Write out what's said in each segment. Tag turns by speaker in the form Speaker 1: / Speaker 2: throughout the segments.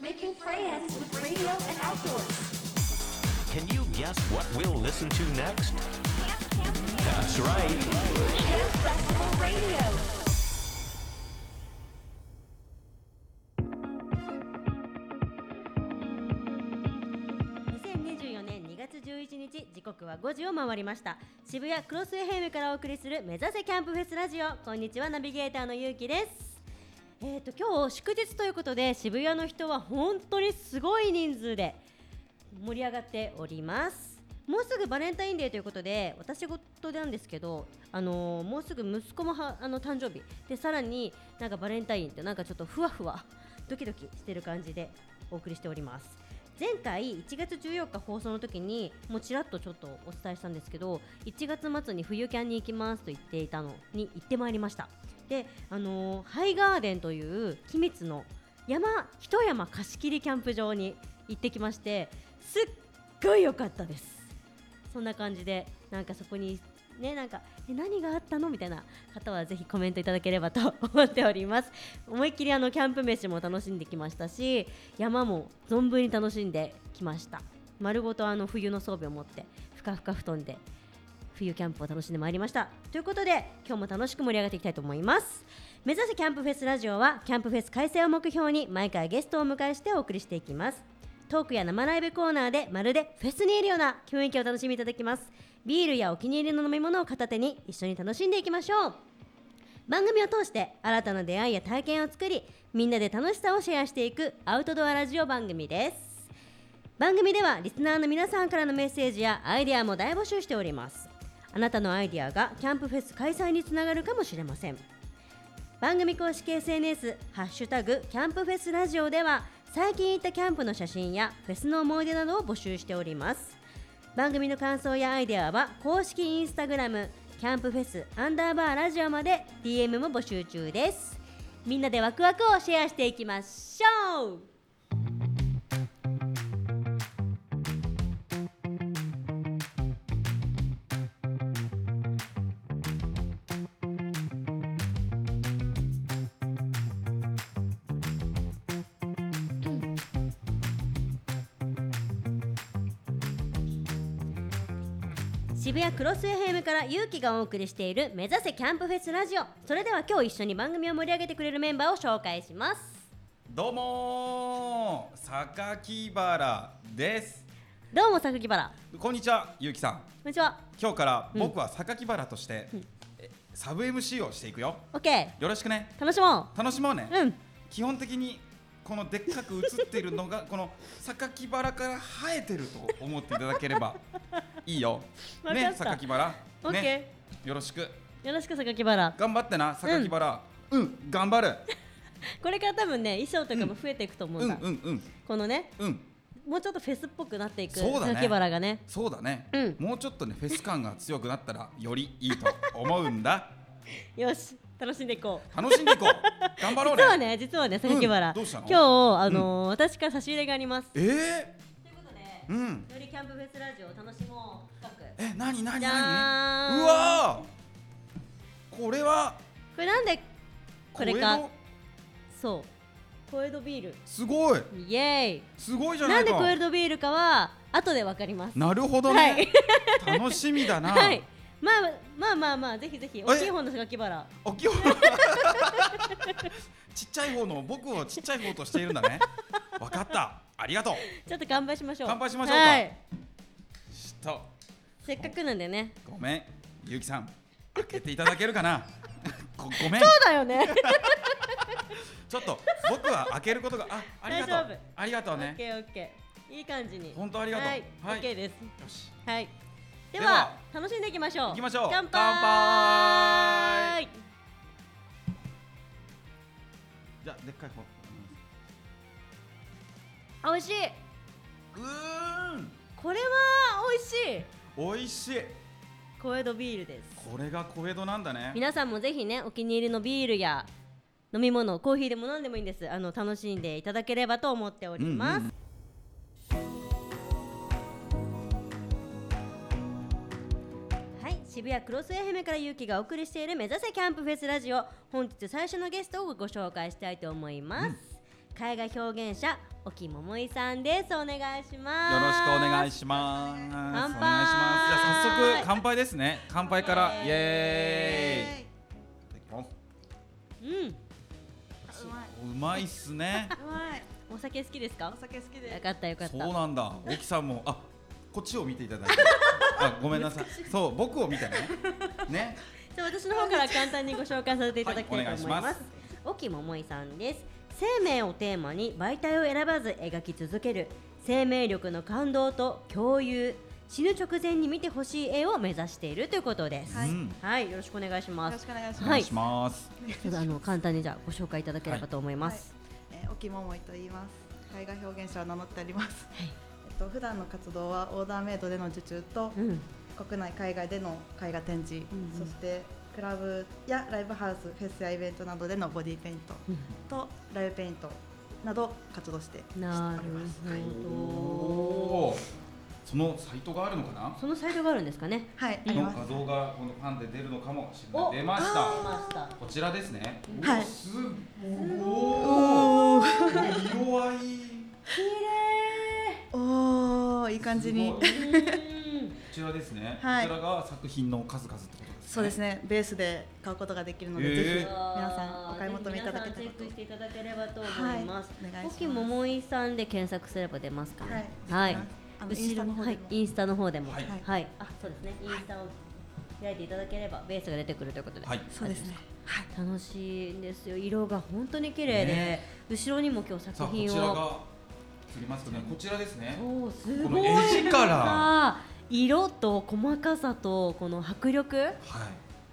Speaker 1: making friends with radio and outdoors.
Speaker 2: Can you guess what we'll listen to next?
Speaker 1: Camp, camp, camp,
Speaker 2: That's right.
Speaker 1: Camp Festival Radio.
Speaker 3: 2024年2月11日時刻は5時を回りました渋谷クロス FM からお送りする目指せキャンプフェスラジオこんにちはナビゲーターのゆうきですえっ、と今日祝日ということで渋谷の人は本当にすごい人数で盛り上がっておりますもうすぐバレンタインデーということで私事なんですけど、あのーもうすぐ息子もはあの誕生日でさらになんかバレンタインってなんかちょっとふわふわドキドキしてる感じでお送りしております前回1月14日放送の時にもうちらっとちょっとお伝えしたんですけど1月末に冬キャンに行きますと言っていたのに行ってまいりましたで、あのーハイガーデンという君津の山一山貸し切りキャンプ場に行ってきましてすっごい良かったですそんな感じでなんかそこにねなんかえ何があったのみたいな方はぜひコメントいただければと 思っております思いっきりあのキャンプ飯も楽しんできましたし山も存分に楽しんできました丸ごとあの冬の装備を持ってふかふか布団で冬キャンプを楽しんでまいりましたということで今日も楽しく盛り上がっていきたいと思います目指せキャンプフェスラジオはキャンプフェス開催を目標に毎回ゲストをお迎えしてお送りしていきますトークや生ライブコーナーでまるでフェスにいるような雰囲気を楽しみいただきますビールやお気に入りの飲み物を片手に一緒に楽しんでいきましょう番組を通して新たな出会いや体験を作りみんなで楽しさをシェアしていくアウトドアラジオ番組です番組ではリスナーの皆さんからのメッセージやアイデアも大募集しておりますあなたのアイデアがキャンプフェス開催につながるかもしれません番組公式 SNS「ハッシュタグキャンプフェスラジオ」では最近行ったキャンプの写真やフェスの思い出などを募集しております番組の感想やアイデアは公式インスタグラムキャンプフェスアンダーバーラジオまで DM も募集中ですみんなでワクワクをシェアしていきましょう渋谷クロス FM から勇気がお送りしている目指せキャンプフェスラジオそれでは今日一緒に番組を盛り上げてくれるメンバーを紹介します
Speaker 4: どうもー榊原です
Speaker 3: どうも榊原
Speaker 4: こんにちはゆうきさん
Speaker 3: こんにちは
Speaker 4: 今日から僕は榊原として、えサブ MC をしていくよ
Speaker 3: OK
Speaker 4: よろしくね
Speaker 3: 楽しも
Speaker 4: 楽しもうね、
Speaker 3: ううん
Speaker 4: 基本的にこのでっかく映っているの がこの榊原から生えてると思っていただければいいよ
Speaker 3: わか
Speaker 4: ね
Speaker 3: った
Speaker 4: 榊原
Speaker 3: OK、
Speaker 4: ねよろしく
Speaker 3: よろしく榊原
Speaker 4: 頑張ってな榊原うん、頑張る
Speaker 3: これから多分ね衣装とかも増えていくと思う
Speaker 4: うんんう
Speaker 3: だ、
Speaker 4: んうん
Speaker 3: このね
Speaker 4: うん
Speaker 3: もうちょっとフェスっぽくなっていく
Speaker 4: そうだね
Speaker 3: 榊原がね
Speaker 4: そうだね、
Speaker 3: うん
Speaker 4: もうちょっとねフェス感が強くなったらよりいいと思うんだ
Speaker 3: よし楽しんでいこう
Speaker 4: 楽しんでいこう頑張ろう
Speaker 3: 実は
Speaker 4: ね
Speaker 3: ね実はね榊原、
Speaker 4: うんどうしたの
Speaker 3: 今日あのー私から差し入れがあります
Speaker 4: ええ
Speaker 3: ということで
Speaker 4: ー、うん
Speaker 3: よりキャンプフェスラジオを楽しもう企画
Speaker 4: えなになに
Speaker 3: じゃ
Speaker 4: な
Speaker 3: ーん
Speaker 4: にうわーこれは
Speaker 3: これなんでこれ
Speaker 4: 小江
Speaker 3: か
Speaker 4: 戸
Speaker 3: そうコエドビール
Speaker 4: すごい
Speaker 3: イエ
Speaker 4: すごいじ
Speaker 3: ーイ
Speaker 4: ゃな
Speaker 3: ないんで
Speaker 4: か
Speaker 3: コエドビールかは後でわかります
Speaker 4: なるほどね、楽しみだな、
Speaker 3: はいまあまあまあまあぜひぜひ大きい方の榊原
Speaker 4: おきよちっちゃい方の僕をちっちゃい方としているんだねわかったありがとう
Speaker 3: ちょっと乾杯しましょう
Speaker 4: 乾杯しましょうか
Speaker 3: はい
Speaker 4: ちょっと
Speaker 3: せっかくなんでね
Speaker 4: ごめん、ゆうきさん、開けていただけるかな。 ごごめん、
Speaker 3: そうだよね
Speaker 4: ちょっと僕は開けることが、あ、ありが
Speaker 3: 大
Speaker 4: と
Speaker 3: 丈
Speaker 4: う
Speaker 3: 夫、
Speaker 4: ありがと
Speaker 3: オ
Speaker 4: う
Speaker 3: ッ
Speaker 4: ね。
Speaker 3: ケーオッケーいい感じに
Speaker 4: 本当ありがとう
Speaker 3: はいオ
Speaker 4: はい
Speaker 3: ッケーです
Speaker 4: よし、
Speaker 3: はいでは
Speaker 4: では
Speaker 3: 楽しんでいきましょう
Speaker 4: 行きましょう。
Speaker 3: 乾杯
Speaker 4: 乾杯じゃあ、でっかい方。
Speaker 3: あ美味しいう
Speaker 4: ーん、
Speaker 3: これは美味しい
Speaker 4: 美味しい。
Speaker 3: コエドビールです
Speaker 4: これが小江戸なんだね。
Speaker 3: 皆さんもぜひねお気に入りのビールや飲み物コーヒーでも飲んでもいいんですあの楽しんでいただければと思っております、
Speaker 4: うんうん
Speaker 3: はい渋谷クロス FM から勇気がお送りしている目指せキャンプフェスラジオ本日最初のゲストをご紹介したいと思います、絵画表現者沖桃井さんですお願いします
Speaker 4: よろしくお願いします。
Speaker 3: 乾杯
Speaker 4: お願いします。じゃあ早速乾杯ですね。乾杯からイエー
Speaker 3: う
Speaker 4: イ。
Speaker 3: ん
Speaker 5: うま
Speaker 4: うま
Speaker 5: い。
Speaker 4: いっすね。
Speaker 5: うまい。
Speaker 3: お酒好きですか
Speaker 5: お酒好きで
Speaker 3: よ
Speaker 5: す。
Speaker 3: かったよかっ
Speaker 4: そ
Speaker 3: た
Speaker 4: うなんだ。沖さんもあこっちを見ていただいて。あごめんなさい。そう僕を見てね。ね。
Speaker 3: じゃあ私の方から簡単にご紹介させていただきたいと思います。
Speaker 4: はいお願いします
Speaker 3: 沖桃井さんです。生命をテーマに媒体を選ばず描き続ける生命力の感動と共有死ぬ直前に見てほしい絵を目指しているということです。
Speaker 5: はい
Speaker 4: うん。
Speaker 3: はい、よろしくお願いし
Speaker 5: よ
Speaker 3: ま
Speaker 5: ろ
Speaker 3: す
Speaker 5: し。くお願いし
Speaker 4: お
Speaker 5: ます。
Speaker 4: 願いします。
Speaker 3: ちょっとあの簡単にじゃあご紹介いただければと思います。
Speaker 5: えー、沖桃井と言います。絵画表現者を名乗っております。えっと普段の活動はオーダーメイドでの受注と、
Speaker 3: うん、
Speaker 5: 国内海外での絵画展示、
Speaker 3: うんうん
Speaker 5: そしてクラブやライブハウス、フェスやイベントなどでのボディペイントとライブペイントなど活動しており
Speaker 3: なる
Speaker 5: ます。はい。
Speaker 3: ほど。
Speaker 4: おーそのサイトがあるのかな。
Speaker 3: そのサイトがあるんですかね。
Speaker 5: はい、あ
Speaker 4: こ
Speaker 5: り
Speaker 4: の
Speaker 5: ます
Speaker 4: 画。像がこのパンで出るのかもしれな
Speaker 3: お
Speaker 4: い。出ました。
Speaker 3: 出ました。
Speaker 4: こちらですね。
Speaker 5: はい
Speaker 4: おすごー色合い。
Speaker 3: 綺麗。
Speaker 5: おお、いい感じに
Speaker 4: すごい。こちらですね。
Speaker 5: はい
Speaker 4: こちらが作品の数々ってことですね。
Speaker 5: そうですね、ベースで買うことができるので、
Speaker 4: えー
Speaker 5: ぜひ皆さんお買い求めいただけた
Speaker 3: ぜひ皆さん
Speaker 5: ら
Speaker 3: チェック
Speaker 5: と
Speaker 3: していただければと思います。
Speaker 5: はいお願いします
Speaker 3: 沖桃井さんで検索すれば出ますかね。
Speaker 5: は
Speaker 3: はいい。
Speaker 5: あの
Speaker 3: 後ろのはいインスタの方でも。
Speaker 4: はい
Speaker 3: はい。あ、そうですね。インスタを開いていただければベースが出てくるということで。
Speaker 4: はい。
Speaker 5: そうですね。はい、
Speaker 3: 楽しいんですよ。色が本当に綺麗で
Speaker 4: ね、
Speaker 3: 後ろにも今日
Speaker 4: さあ
Speaker 3: 作
Speaker 4: こち
Speaker 3: 品
Speaker 4: ら
Speaker 3: を。
Speaker 4: が映りますよね。こちらですね。
Speaker 3: そうす
Speaker 4: こ
Speaker 3: ご
Speaker 4: の
Speaker 3: い。
Speaker 4: 絵力。
Speaker 3: あー色と細かさとこの迫力
Speaker 4: はい。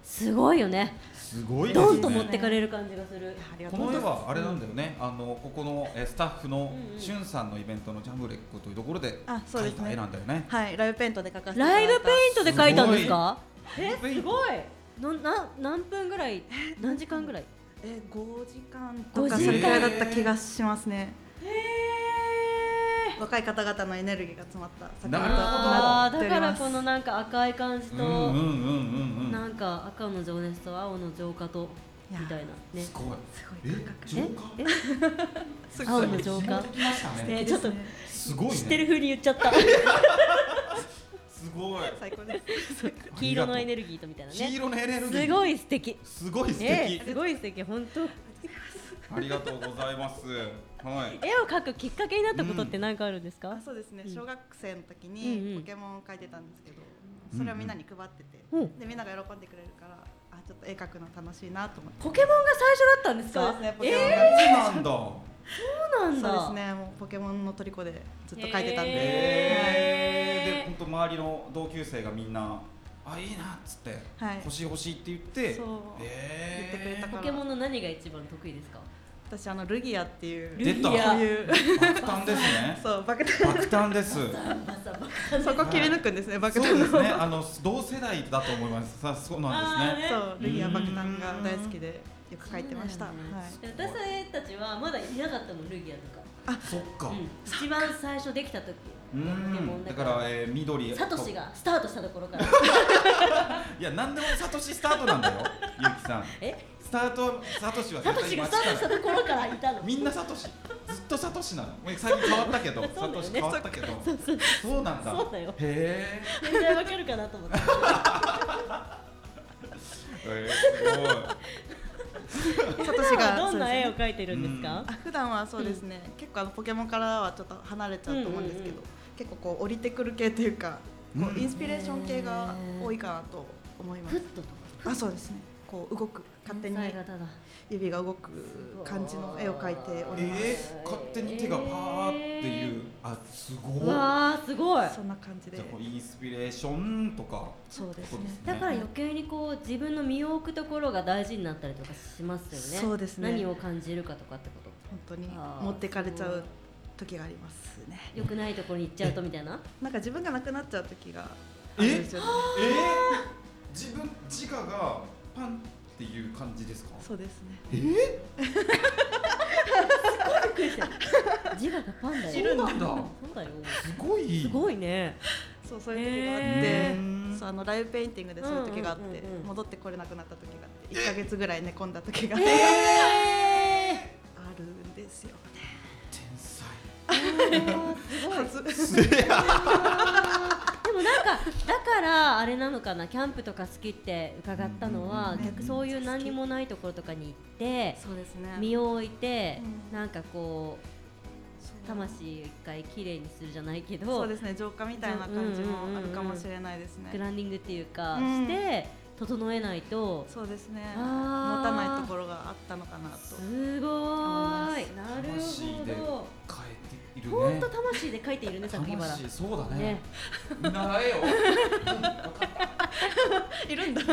Speaker 3: すごいよね。
Speaker 4: すごいですね。
Speaker 3: ドンと持ってかれる感じがする。
Speaker 5: ありがと
Speaker 4: こ
Speaker 5: うご
Speaker 4: の
Speaker 5: ざ
Speaker 4: 絵
Speaker 5: いま
Speaker 4: はあれなんだよね、あのここのえースタッフの
Speaker 3: うんうん
Speaker 4: しゅんさんのイベントのジャンブレックというところで
Speaker 5: あそう
Speaker 4: 描
Speaker 5: で
Speaker 4: い
Speaker 5: すね
Speaker 4: た絵なんだよね。
Speaker 5: す。はい、ライブペイントで描かせていただ
Speaker 3: ラ
Speaker 5: い
Speaker 3: イ
Speaker 5: た。
Speaker 3: ブペイントで書いたんですか？
Speaker 4: ライ
Speaker 3: え
Speaker 4: ブペイント
Speaker 3: すごい。のな何分ぐらい？何時間ぐらい？
Speaker 5: え、五時間と
Speaker 3: 五
Speaker 5: か
Speaker 3: 時間
Speaker 5: それくらいだった気がしますね。若い方々のエネルギーが詰まった作品と
Speaker 4: なるほど
Speaker 5: な
Speaker 3: あ
Speaker 5: っ
Speaker 3: ー
Speaker 5: てお
Speaker 3: だ
Speaker 5: り
Speaker 3: から
Speaker 5: ます
Speaker 3: このなんか赤い感じ
Speaker 4: う
Speaker 3: と、
Speaker 4: んうんうんうんう。
Speaker 3: なんんか赤の情熱と青の浄化と
Speaker 5: い
Speaker 3: み
Speaker 5: や
Speaker 3: たいなね。
Speaker 4: すごい。
Speaker 5: すご
Speaker 4: え
Speaker 5: い感覚、
Speaker 4: 浄化。
Speaker 3: え
Speaker 5: す
Speaker 3: 青
Speaker 5: ごい
Speaker 3: の浄化
Speaker 4: 紐解きましたね。
Speaker 3: えちょっと
Speaker 4: すごいね。
Speaker 3: 知ってる風に言っちゃった。
Speaker 4: すごい。
Speaker 5: 最高です。
Speaker 3: 黄色のエ
Speaker 4: ル
Speaker 3: ネルギーとみたいな
Speaker 4: 黄
Speaker 3: ね。
Speaker 4: 色のエネルギー。
Speaker 3: すご。い素敵。
Speaker 4: すごい素敵。
Speaker 3: えー、すごい素敵本当。
Speaker 4: ありがとうございます。はい。
Speaker 3: 絵を描くきっかけになったことって何かあるんですか
Speaker 5: あ？そうですね、
Speaker 3: うん
Speaker 5: 小学生の時
Speaker 3: うんうん
Speaker 5: にポケモンを描いてたんですけど、それをみんなに配ってて、
Speaker 3: うんうん
Speaker 5: でみんなが喜んでくれるからあちょっと絵描くの楽しいなと思って
Speaker 3: ポケモンが最初だったんですか？
Speaker 5: そうですねポケモン
Speaker 3: え
Speaker 5: が、
Speaker 4: そうなん
Speaker 3: ー、
Speaker 4: だ。
Speaker 3: そうなん
Speaker 5: そ
Speaker 3: だ。
Speaker 5: うですねもうポケモンの虜でずっと描いてたんで、
Speaker 3: へ
Speaker 4: ええ。で、本当周りの同級生がみんな。あ、いいなっつって、
Speaker 5: はい
Speaker 4: 欲しい欲しいって言って。
Speaker 5: そう
Speaker 4: ええ
Speaker 5: 言ってくれた
Speaker 3: ポケモンの何が一番得意です か？
Speaker 5: 私あのルギアっていう
Speaker 4: 出た
Speaker 3: ルギア
Speaker 5: そういう。
Speaker 4: 爆誕ですね
Speaker 5: そう爆弾
Speaker 4: 爆誕 です。
Speaker 5: そこ切り抜くんですね爆
Speaker 4: そう
Speaker 5: 弾
Speaker 4: で
Speaker 5: の
Speaker 4: すね。あの同世代だと思います。さ、そうなんですね。
Speaker 5: そうルギア爆弾が大好きでよく描いてまし
Speaker 3: そ
Speaker 5: た、は
Speaker 3: う
Speaker 5: い
Speaker 3: なんだ私たちはまだいなかったもんルギアとか、
Speaker 4: そっか。
Speaker 3: うん一番最初できた時ポ
Speaker 4: う
Speaker 3: ケモン
Speaker 4: ん。だ
Speaker 3: だ
Speaker 4: か
Speaker 3: から
Speaker 4: ら、えー、緑。
Speaker 3: サトシがスタートしたところ から
Speaker 4: いや、なんでもサトシスタートなんだよ、ゆうきさん。
Speaker 3: え
Speaker 4: スタートは、サトシは
Speaker 3: サト
Speaker 4: 絶対
Speaker 3: シが
Speaker 4: 間
Speaker 3: スター
Speaker 4: 違
Speaker 3: トしたところからいたの
Speaker 4: い。みんなサトシ、ずっとサトシなの。もう最近変わったけど、
Speaker 3: そうだ
Speaker 4: サ
Speaker 3: よね
Speaker 4: トシ変わったけど。そうなんだ。
Speaker 3: そうだよ
Speaker 4: へえ。
Speaker 3: 全然わかるかなと 思って
Speaker 4: えー、すごい。
Speaker 5: サ
Speaker 3: 普
Speaker 5: トシ
Speaker 3: 段
Speaker 5: が
Speaker 3: はどんな絵
Speaker 5: そう
Speaker 3: を
Speaker 5: ですね
Speaker 3: 描いてるんですか
Speaker 5: あ普段はそうですね、結構あのポケモンからはちょっと離れちゃうと思うんですけど、
Speaker 3: うんうん
Speaker 5: 結構こう降りてくる系というか、こ
Speaker 4: うん
Speaker 5: うインスピレーション系が多いかなと思いま
Speaker 3: フッ
Speaker 5: す、
Speaker 3: トとか
Speaker 5: あそうですねこう動く勝手に
Speaker 3: 天才型だ
Speaker 5: 指が動く感じの絵を描いて おります、
Speaker 4: えー、勝手に手がパーっていう、あ、すご
Speaker 3: う
Speaker 4: い。
Speaker 3: わーすごい
Speaker 5: そんな感じで
Speaker 4: じゃあこうインスピレーションとか。
Speaker 5: そうです
Speaker 4: そう
Speaker 5: ね
Speaker 4: ですね
Speaker 3: だから余計にこう自分の身を置くところが大事になったりとかしますよね
Speaker 5: そうですね
Speaker 3: 何を感じるかとかってこと
Speaker 5: 本当に
Speaker 3: あー
Speaker 5: 持ってかれちゃう時がありますね
Speaker 3: 良くないところに行っちゃうとみたいな
Speaker 5: なんか自分がなくなっちゃう時があるんですよね
Speaker 4: えー、自分、自我がパンっていう感じですか。
Speaker 5: そうですね
Speaker 3: 自我がパンだよ
Speaker 4: そうなんだ
Speaker 3: そうだよ
Speaker 4: すごい。
Speaker 3: すごいね
Speaker 5: そうそういう時があって、
Speaker 4: へー
Speaker 5: そうあのライブペインティングでそういう時があって、
Speaker 3: うんうんうんうん
Speaker 5: 戻ってこれなくなった時があって1か月ぐらい寝込んだ時があ
Speaker 3: え
Speaker 5: るんですよね
Speaker 4: 天才
Speaker 5: はず
Speaker 3: でもなんかだからあれなのかなキャンプとか好きって伺ったのは
Speaker 5: うん
Speaker 3: 逆そういう何にもないところとかに行って
Speaker 5: そうですね
Speaker 3: 身を置いて
Speaker 5: うん
Speaker 3: なんかこ
Speaker 5: そう
Speaker 3: う魂を一回きれいにするじゃないけ
Speaker 5: そ
Speaker 3: ど
Speaker 5: うですね浄化みたいな感じもあるかもしれないです
Speaker 3: グ
Speaker 5: ね
Speaker 3: ランディングっていうか
Speaker 5: うん
Speaker 3: して整えないと
Speaker 5: そうですね持
Speaker 3: あー
Speaker 5: たないところがあったのかなと
Speaker 3: すごーいなる
Speaker 4: 魂で
Speaker 3: ほ
Speaker 4: 変えている
Speaker 3: ど
Speaker 4: ね
Speaker 3: 本当魂で書いているね作品
Speaker 4: 魂そうだ
Speaker 3: 原ね
Speaker 4: ね見習えよ
Speaker 5: いるんだ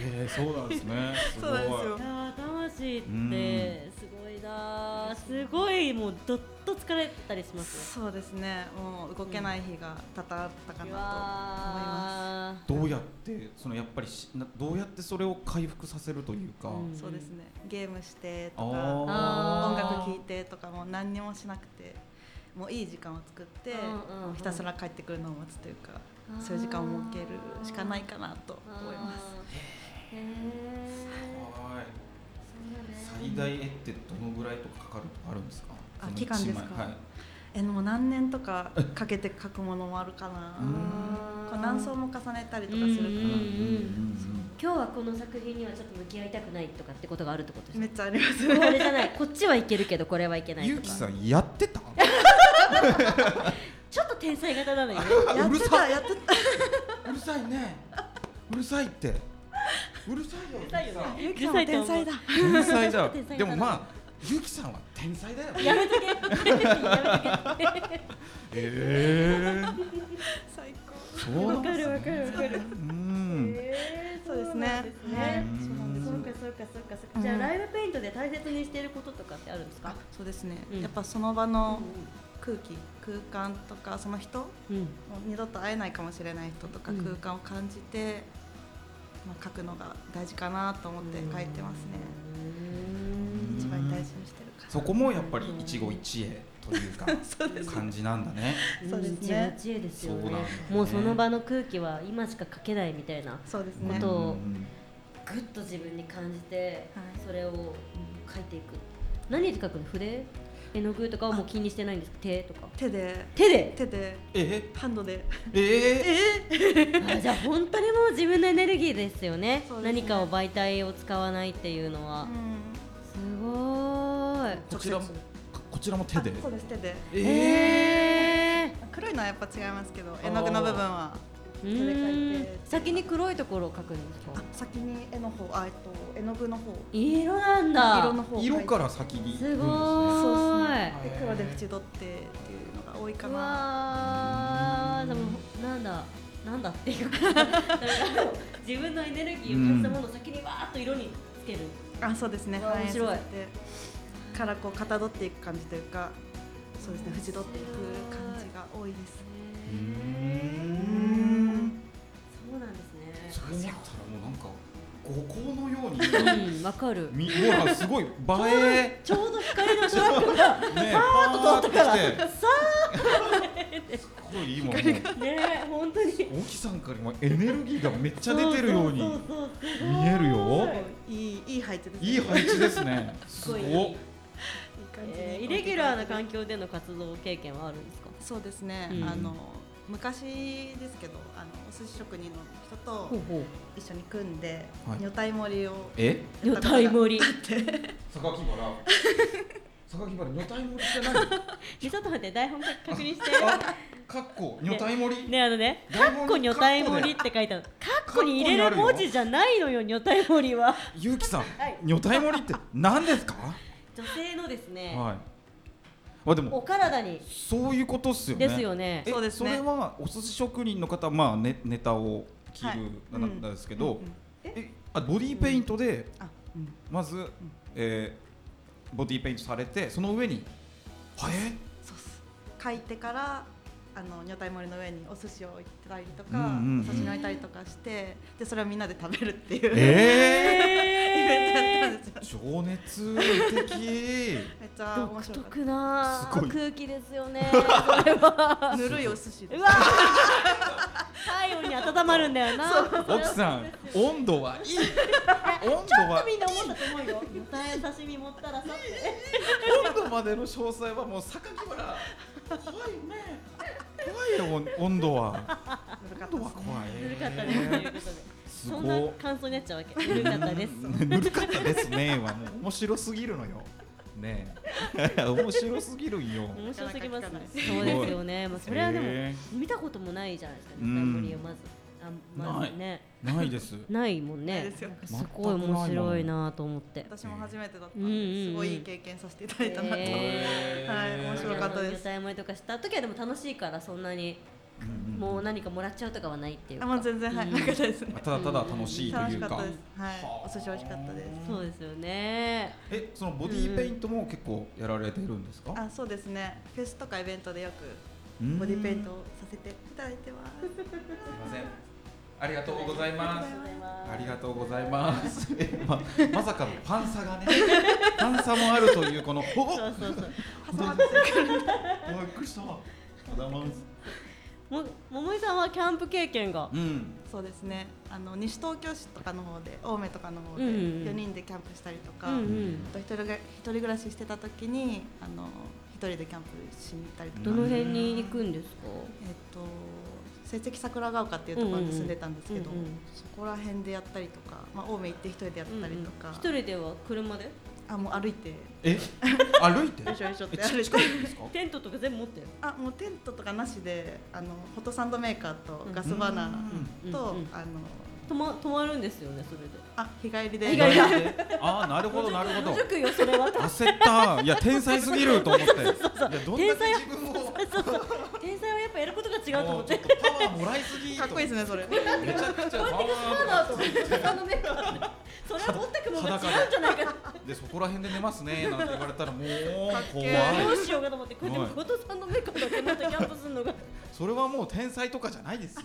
Speaker 4: えー、そうなんですねす
Speaker 5: そうなんですよ
Speaker 3: いやー魂っ
Speaker 4: うん
Speaker 3: てすごいなーすごいもうどっと疲れたりしますね
Speaker 5: そうですねもう動けない日が多々あったかなと思
Speaker 4: ど
Speaker 5: いま
Speaker 4: うやってそのやっぱりしなどうやってそれを回復させるというか、
Speaker 3: うん
Speaker 5: すそうですねゲームしてとか
Speaker 4: あ
Speaker 5: 音
Speaker 3: あー
Speaker 5: 楽聴いてとかもう何にもしなくてもういい時間を作って
Speaker 3: うんうんうん
Speaker 5: もうひたすら帰ってくるのを待つというか
Speaker 3: あー
Speaker 5: そういう時間を設けるしかないかなと思います
Speaker 3: へ
Speaker 4: ー
Speaker 3: え
Speaker 4: はーい
Speaker 3: そうだね
Speaker 4: 最大絵ってどのぐらいとかかかるとかあるんですか
Speaker 5: あ
Speaker 4: その
Speaker 5: 期間ですか
Speaker 4: 一枚はい
Speaker 5: えでも何年とかかけて描くものもあるかな
Speaker 3: うん
Speaker 5: こう何層も重ねたりとかするか
Speaker 3: うんうん
Speaker 5: ら
Speaker 3: 今日はこの作品にはちょっと向き合いたくないとかってことがあるってことです
Speaker 5: め
Speaker 3: ね
Speaker 5: っちゃあります
Speaker 3: こ
Speaker 5: ね
Speaker 3: れじゃないこっちはいけるけどこれはいけない
Speaker 4: ゆう
Speaker 3: と
Speaker 4: き
Speaker 3: か
Speaker 4: さんやってた
Speaker 3: ちょっと天才型なのよね
Speaker 5: や
Speaker 4: う
Speaker 5: っ
Speaker 4: る
Speaker 5: てた
Speaker 4: さい
Speaker 5: やってた
Speaker 4: うるさいねうるさいってうるさいよゆうきさん
Speaker 5: ゆきさんは天才だ
Speaker 4: 天才だ
Speaker 3: 天才だ
Speaker 4: でもまあゆうきさんは天才だよ
Speaker 3: やめとけやめとけ
Speaker 4: え
Speaker 5: 最高
Speaker 4: えそうなんですね
Speaker 3: わかるわかるわかる
Speaker 4: うん
Speaker 3: へー
Speaker 5: そうですね
Speaker 3: ね
Speaker 4: うん
Speaker 3: そうなんですそうかそうかそうかそうかじゃあライブペイントで大切にしていることとかってあるんですか
Speaker 5: あそうですね
Speaker 3: うん
Speaker 5: やっぱその場の空気空間とかその人
Speaker 3: うん
Speaker 5: もう二度と会えないかもしれない人とか
Speaker 3: うん
Speaker 5: 空間を感じて、まあ、書くのが大事かなと思って書いてますね、一番大事にしてるから
Speaker 4: そこもやっぱり一期一会というか
Speaker 5: そうです
Speaker 4: 感じなんだね
Speaker 5: そうですね
Speaker 3: 一日一会ですよ
Speaker 4: そうな
Speaker 3: ね
Speaker 4: んだね
Speaker 3: もうその場の空気は今しか書けないみたいな
Speaker 5: そうです
Speaker 3: こ
Speaker 5: ね
Speaker 3: とを
Speaker 4: うん
Speaker 3: ぐっと自分に感じて、
Speaker 5: はい
Speaker 3: それを書いていく何で書くの筆絵の具とかはもう気にしてないんですか手とか
Speaker 5: 手で
Speaker 3: 手で
Speaker 5: 手で
Speaker 4: え
Speaker 5: ハンドで
Speaker 4: ええ
Speaker 3: あじゃあ本当にもう自分のエネルギーですよね
Speaker 5: そうですね
Speaker 3: 何かを媒体を使わないっていうの
Speaker 5: う
Speaker 3: は、
Speaker 5: ん
Speaker 3: すごーい
Speaker 4: こちらも
Speaker 5: 直
Speaker 4: こちらも手で
Speaker 5: あそうです手で
Speaker 4: え
Speaker 3: え
Speaker 5: 黒いのはやっぱ違いますけど絵の具の部分は
Speaker 3: ー、
Speaker 5: 手で描いて
Speaker 3: うーん先に黒いところを描くんです
Speaker 5: あ
Speaker 3: か
Speaker 5: 先に絵の方あえっと絵の具の方
Speaker 3: いい色なんだ
Speaker 5: 色の方を描いて
Speaker 4: 色から先に
Speaker 3: すご
Speaker 4: い
Speaker 3: ーい
Speaker 5: で黒で縁取ってっていうのが多いか
Speaker 3: う
Speaker 5: な
Speaker 3: わーでもなんだなんだって いうかなんか自分のエネルギーを感じたものを先にわーっと色につける、
Speaker 5: あそうですね
Speaker 3: うわ
Speaker 5: 反映させて
Speaker 3: 面白い
Speaker 5: からこうかたどっていく感じというかそうですね縁取っていく感じが多いです
Speaker 3: そうなんです
Speaker 4: それだったらもうなんか五光のように
Speaker 3: ねうんわかる
Speaker 4: みほらすごい映え
Speaker 3: ちょうど光のトラックが
Speaker 4: ねパーッと通ったから
Speaker 3: さ
Speaker 4: すごい今もう
Speaker 3: あねえ本当にめっ
Speaker 4: 大木さんから今エネルギーがめっちゃ出てるように
Speaker 3: そうそうそうすごい
Speaker 4: 見えるよ
Speaker 5: いいいい配置ですね
Speaker 4: いい配置ですね
Speaker 3: す
Speaker 4: す
Speaker 3: ご
Speaker 4: ご
Speaker 3: い
Speaker 4: っ
Speaker 5: いい感じに
Speaker 3: えーイレギュラーな環
Speaker 5: じ
Speaker 3: 境での活動経験はあるんですか
Speaker 5: そうですね、
Speaker 3: うん
Speaker 5: あの昔ですけどあのお寿司職人の人と
Speaker 3: ほう
Speaker 5: 一緒に組んで、
Speaker 4: はい
Speaker 5: 女体盛りを
Speaker 4: え
Speaker 3: 女体盛 り
Speaker 4: 榊原榊原女体盛りしてない
Speaker 3: ちょっと待って台本確認して
Speaker 4: あかっこ女体盛り
Speaker 3: ねあのね「
Speaker 4: 台
Speaker 3: か
Speaker 4: 本
Speaker 3: っ
Speaker 4: に
Speaker 3: こ女体盛り」って書いてある「かっこに入れる
Speaker 4: かっこにあ
Speaker 3: 文
Speaker 4: るよ
Speaker 3: 字じゃないのよ女体盛りは
Speaker 4: ゆうきさん
Speaker 3: はい
Speaker 4: 女体盛りって何ですか
Speaker 3: 女性のですね、
Speaker 4: はいあで
Speaker 3: お
Speaker 4: も
Speaker 3: 体に
Speaker 4: そういうことっすよね
Speaker 3: ですよね
Speaker 4: え
Speaker 5: そうですね
Speaker 4: それはお寿司職人の方まあねネタを切る
Speaker 5: はい
Speaker 4: な
Speaker 5: うん
Speaker 4: なんですけ
Speaker 5: う
Speaker 4: ど
Speaker 5: んうん
Speaker 4: えあボディーペイントで
Speaker 5: あ、うん、
Speaker 4: まずえーボディーペイントされてその上にはえ
Speaker 5: そうっす書いてからあの女体盛りの上にお寿司を置いたりとか、
Speaker 4: うんうんうん
Speaker 5: お刺身を置いたりとかしてでそれをみんなで食べるっていう、
Speaker 4: え
Speaker 5: イベントやっ
Speaker 3: え
Speaker 5: たんですよ
Speaker 4: ー情熱 的
Speaker 5: めっちゃ面
Speaker 3: 独
Speaker 5: 白かっ
Speaker 3: 特な
Speaker 4: すごい
Speaker 3: 空気ですよねそれは
Speaker 5: たぬるいお寿司
Speaker 3: うわ太陽に温まるんだよな
Speaker 4: 奥さん温度はい い温度は
Speaker 3: みんな思ったと思うよ。豚刺身持ったらさって。
Speaker 4: 温度度までの詳細はもう榊原怖いね怖いよ温度は
Speaker 5: かった
Speaker 4: 温
Speaker 5: で
Speaker 4: 度は
Speaker 5: すね
Speaker 4: 怖い
Speaker 3: ぬるかったですということで。
Speaker 4: す
Speaker 3: そ
Speaker 4: ご
Speaker 3: んな感想になっちゃうわけ。ぬるかったです。
Speaker 4: ね ぬるかったですねはもう面白すぎるのよね え面白すぎるんよ
Speaker 3: 面白すぎますね。
Speaker 5: すごい
Speaker 3: そうですよね。まあそれはでも
Speaker 4: へ
Speaker 3: 見たこともないじゃないですか。
Speaker 4: う
Speaker 3: ネ
Speaker 4: ん
Speaker 3: タモリをまずあま
Speaker 4: ない
Speaker 3: ずね
Speaker 4: ないです
Speaker 3: ないもん
Speaker 5: ない
Speaker 3: ね
Speaker 5: で。すよ
Speaker 3: すごい面白いなと思って。
Speaker 5: 私も初めてだった
Speaker 3: うん
Speaker 5: ん
Speaker 3: うんうん
Speaker 5: ですごいいい経験させていただいたなと、
Speaker 3: へ
Speaker 5: はい面白かったです
Speaker 3: 歌いもりとかした時はでも楽しいからそんなにもう何かもらっちゃうとかはないっていう
Speaker 5: あ
Speaker 3: か。
Speaker 5: もう全然はい、
Speaker 3: うん
Speaker 5: なかったですね
Speaker 4: まあただただ楽しいと
Speaker 5: 楽
Speaker 4: い
Speaker 5: し
Speaker 4: う
Speaker 5: か
Speaker 4: か
Speaker 5: ったですはい
Speaker 4: はあ
Speaker 5: お寿司美味しかったです
Speaker 3: そうですよね。
Speaker 4: えそのボディーペイントも結構やられてるんですか
Speaker 5: あそうですねフェスとかイベントでよく
Speaker 4: うん
Speaker 5: ボディペイントをさせていただいてます
Speaker 4: すいませんありがとうございま
Speaker 5: ありがとうございます
Speaker 4: ありがとうございます。 えままさかのパンサがね、 パンサもあるというこの、おお、
Speaker 3: そうそうそう。
Speaker 5: 挟まって
Speaker 4: おいびっくりした。おだます。
Speaker 3: も桃井さんはキャンプ経験が。
Speaker 4: うん。
Speaker 5: そうですねあの西東京市とかの方で青梅とかの方で
Speaker 3: うんうんうん
Speaker 5: 4人でキャンプしたりとか、
Speaker 3: うんうん
Speaker 5: あと一人が一人暮らししてた時にあの一人でキャンプしに行ったりとか、
Speaker 3: どの
Speaker 5: えっ
Speaker 3: 辺に行くんですか。
Speaker 5: と成績桜ヶ丘っていうところに住んでたんですけど、
Speaker 3: うんうんうんうんうん
Speaker 5: そこら辺でやったりとか、まあ、青梅行って一人でやったりとか、
Speaker 3: 一人では車で。
Speaker 5: あもう歩いてよ
Speaker 4: え、歩いて。
Speaker 5: いしょよいしょって
Speaker 4: え
Speaker 5: 歩いて
Speaker 4: 近いんですか。
Speaker 3: テントとか全部持ってる。
Speaker 5: あもうテントとかなしであのフォトサンドメーカーとガスバーナーと、
Speaker 3: うんうんうん
Speaker 5: あの
Speaker 3: 泊ま泊まるんですよねそ れで。
Speaker 5: あ日帰りで
Speaker 3: 日帰りで
Speaker 4: ああ、なるほど、なるほど
Speaker 3: 野。宿よそれは。
Speaker 4: 焦った。いや、天才すぎると思って。いや、どんだ
Speaker 3: 天才
Speaker 4: け
Speaker 3: は
Speaker 4: 自分を。も
Speaker 3: 天才はやっぱやることが違うと思
Speaker 4: う
Speaker 3: っ。
Speaker 4: ちょってとパワーもらいすぎ。
Speaker 5: かっこいいですねそれ。
Speaker 4: めちゃくちゃパ ワ
Speaker 3: そうだと
Speaker 4: ー。
Speaker 3: 思って。あのメーカーで。それは持ってくもんが違うんじゃないか。
Speaker 4: で、そこら辺で寝ますね、なんて言われたら、もう
Speaker 5: かっけ
Speaker 4: 怖
Speaker 5: ー
Speaker 4: い。
Speaker 3: どうしようかと思ってこれでもフォトさんのメーカーだけ持ってキャンプするのが。
Speaker 4: それはもう天才とかじゃないです よ。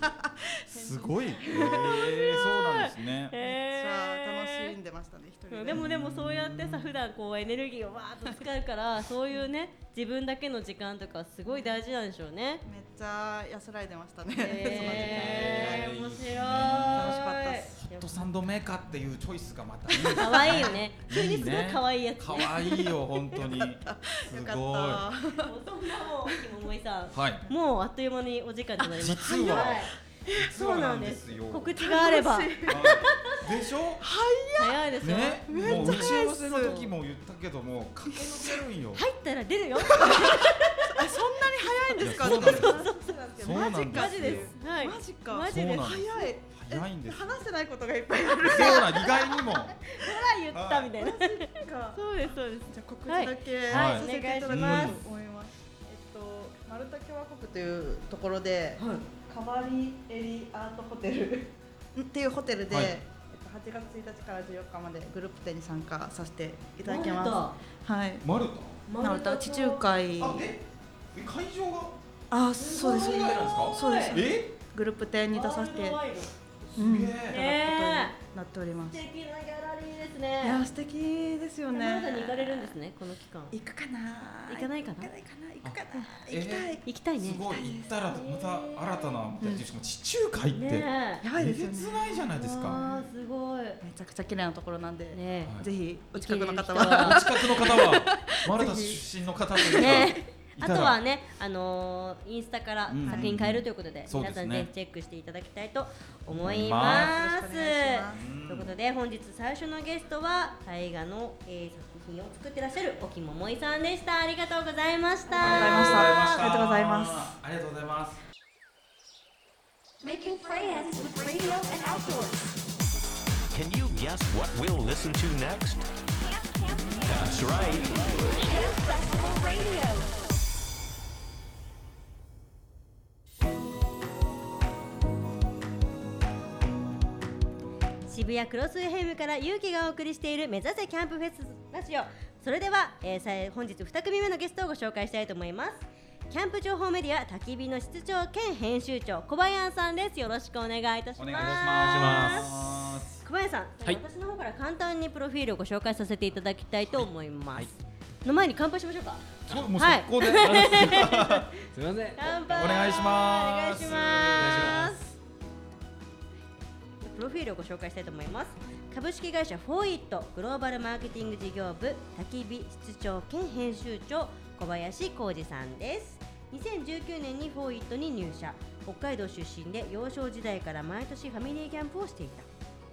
Speaker 4: すごい。ええ、そうなんですね。
Speaker 5: じゃあ
Speaker 3: へー
Speaker 5: 楽しんでましたね一人
Speaker 3: うん
Speaker 5: で。
Speaker 3: でもでもそうやってさ普段こうエネルギーをわーっと使うから そういうね自分だけの時間とかすごい大事なんでしょうね。
Speaker 5: めっちゃ安らいでましたね。
Speaker 3: へー面白い。
Speaker 4: 楽し
Speaker 5: かったっ
Speaker 3: す
Speaker 4: ホットサンドメーカーっていうチョイスがまたいいですね
Speaker 3: 可愛いよね。急にすごい
Speaker 4: ね
Speaker 3: 可愛いやつ、ね。
Speaker 4: 可愛いよ本当に。す
Speaker 5: その時間よ
Speaker 4: ご
Speaker 5: かっ
Speaker 3: もうそんなもう桃井さ
Speaker 4: い。は
Speaker 3: ん。
Speaker 4: い。
Speaker 3: もうあっという間にお時間となります。
Speaker 4: 実は
Speaker 3: 早い
Speaker 4: 実
Speaker 3: そう
Speaker 4: は
Speaker 3: なんです
Speaker 4: よ。
Speaker 3: 告知があれば
Speaker 4: はいでしょ。
Speaker 3: 早いですよ。
Speaker 4: ね。もう打
Speaker 3: めっ
Speaker 4: ち
Speaker 3: ちゃ
Speaker 4: 合
Speaker 3: 早い
Speaker 4: わ
Speaker 3: っす
Speaker 4: せ
Speaker 3: よ
Speaker 4: の時も言ったけども駆け抜けるんよ。
Speaker 3: 入ったら出るよ。
Speaker 5: た。あそんなに早いんですか。
Speaker 4: いやそうなんですそ
Speaker 5: す
Speaker 4: うなんですよ
Speaker 3: マジです。はい。
Speaker 5: マジか
Speaker 3: マジです。
Speaker 4: そう
Speaker 3: ほ
Speaker 4: なん
Speaker 3: ら
Speaker 4: です
Speaker 5: 早い。え
Speaker 4: 早いんですよ。
Speaker 5: 話せないことがいっぱいある。
Speaker 4: そうなん意外にも。
Speaker 3: 言ったみたいな。
Speaker 5: か
Speaker 3: そうですそうです。
Speaker 5: じゃあ告知だけ、
Speaker 4: はい
Speaker 5: させていただこうと思います。えっとマルタ共和国というところで、
Speaker 3: はい。
Speaker 5: カバリエリアートホテルっていうホテルで、
Speaker 4: はい
Speaker 5: えっと8月1日から14日までグループ展に参加させていただきます。はい。
Speaker 4: マル
Speaker 5: マルタ地中海。
Speaker 4: タ。あええ会場が
Speaker 5: あ、そうです
Speaker 4: そんな。ぐらいなんですか
Speaker 5: そうです。
Speaker 4: え
Speaker 5: グループ展に出させていただくこ
Speaker 4: すげ
Speaker 5: と
Speaker 4: え。
Speaker 5: になっております。
Speaker 3: 素
Speaker 5: い
Speaker 3: 敵なギャラリーです
Speaker 5: や、
Speaker 3: ね。
Speaker 5: 素敵ですよ
Speaker 3: マル
Speaker 5: ね
Speaker 3: タ。に行かれるんですねこの期間。
Speaker 5: 行くかな。
Speaker 3: 行かないかな
Speaker 5: 行かないかな。行くかな。
Speaker 4: え
Speaker 5: 行きたい。
Speaker 3: 行きたいね。
Speaker 4: すごい行ったらまた新たなみたいな、
Speaker 5: うん
Speaker 4: しかも地中海って、
Speaker 3: ねえ。
Speaker 5: やば
Speaker 4: え
Speaker 5: い
Speaker 4: げ
Speaker 5: で
Speaker 4: つ
Speaker 5: すよね。
Speaker 4: ないじゃないですか
Speaker 3: あーすごい。
Speaker 5: めちゃくちゃ綺麗なところなんで、
Speaker 3: ね
Speaker 4: はい
Speaker 5: ぜひお近くの
Speaker 3: 行
Speaker 5: 方
Speaker 3: ける人
Speaker 5: は。
Speaker 3: は
Speaker 4: お近くの方はマルタ出身の方というか、
Speaker 3: え。ね
Speaker 4: い
Speaker 3: あ
Speaker 4: た
Speaker 3: と
Speaker 4: ら
Speaker 3: はね、あのーインスタから
Speaker 4: うん
Speaker 3: 作品変えるということで、
Speaker 4: そうで
Speaker 3: 皆
Speaker 4: す
Speaker 3: さ
Speaker 4: ね
Speaker 3: んぜひチェックしていただきたいと思いま。
Speaker 5: 思いますすよろしくお願いします
Speaker 4: うん
Speaker 3: ということで本日最初のゲストは絵画の、えー作品を作ってらっしゃる沖桃井さんでした。ありがとうございました。
Speaker 5: ありがとうございます
Speaker 4: ありがとうございます
Speaker 1: Making friends with radio and outdoors.
Speaker 2: Can you guess what we'll listen to next?
Speaker 1: Camp, camp, camp.
Speaker 2: That's right.
Speaker 1: Camp Festival Radio.
Speaker 3: 渋谷クロス FM から勇気がお送りしている目指せキャンプフェスラジオそれでは、えーさえ本日2組目のゲストをご紹介したいと思いますキャンプ情報メディア焚き火の室長兼編集長小林さんですよろしくお願いいたします
Speaker 4: お願いいたします
Speaker 3: 小林さん、
Speaker 6: はい
Speaker 3: 私の方から簡単にプロフィールをご紹介させていただきたいと思います、の前に乾杯しましょうか
Speaker 4: そうもう
Speaker 3: はい
Speaker 4: 速攻で、
Speaker 6: すみません。
Speaker 3: 乾杯
Speaker 4: お願いしま
Speaker 3: お
Speaker 4: す
Speaker 3: 願いしますプロフィールをご紹介したいと思います株式会社フォーイットグローバルマーケティング事業部焚き火室長兼編集長小林浩二さんです2019年にフォーイットに入社北海道出身で幼少時代から毎年ファミリーキャンプをしていた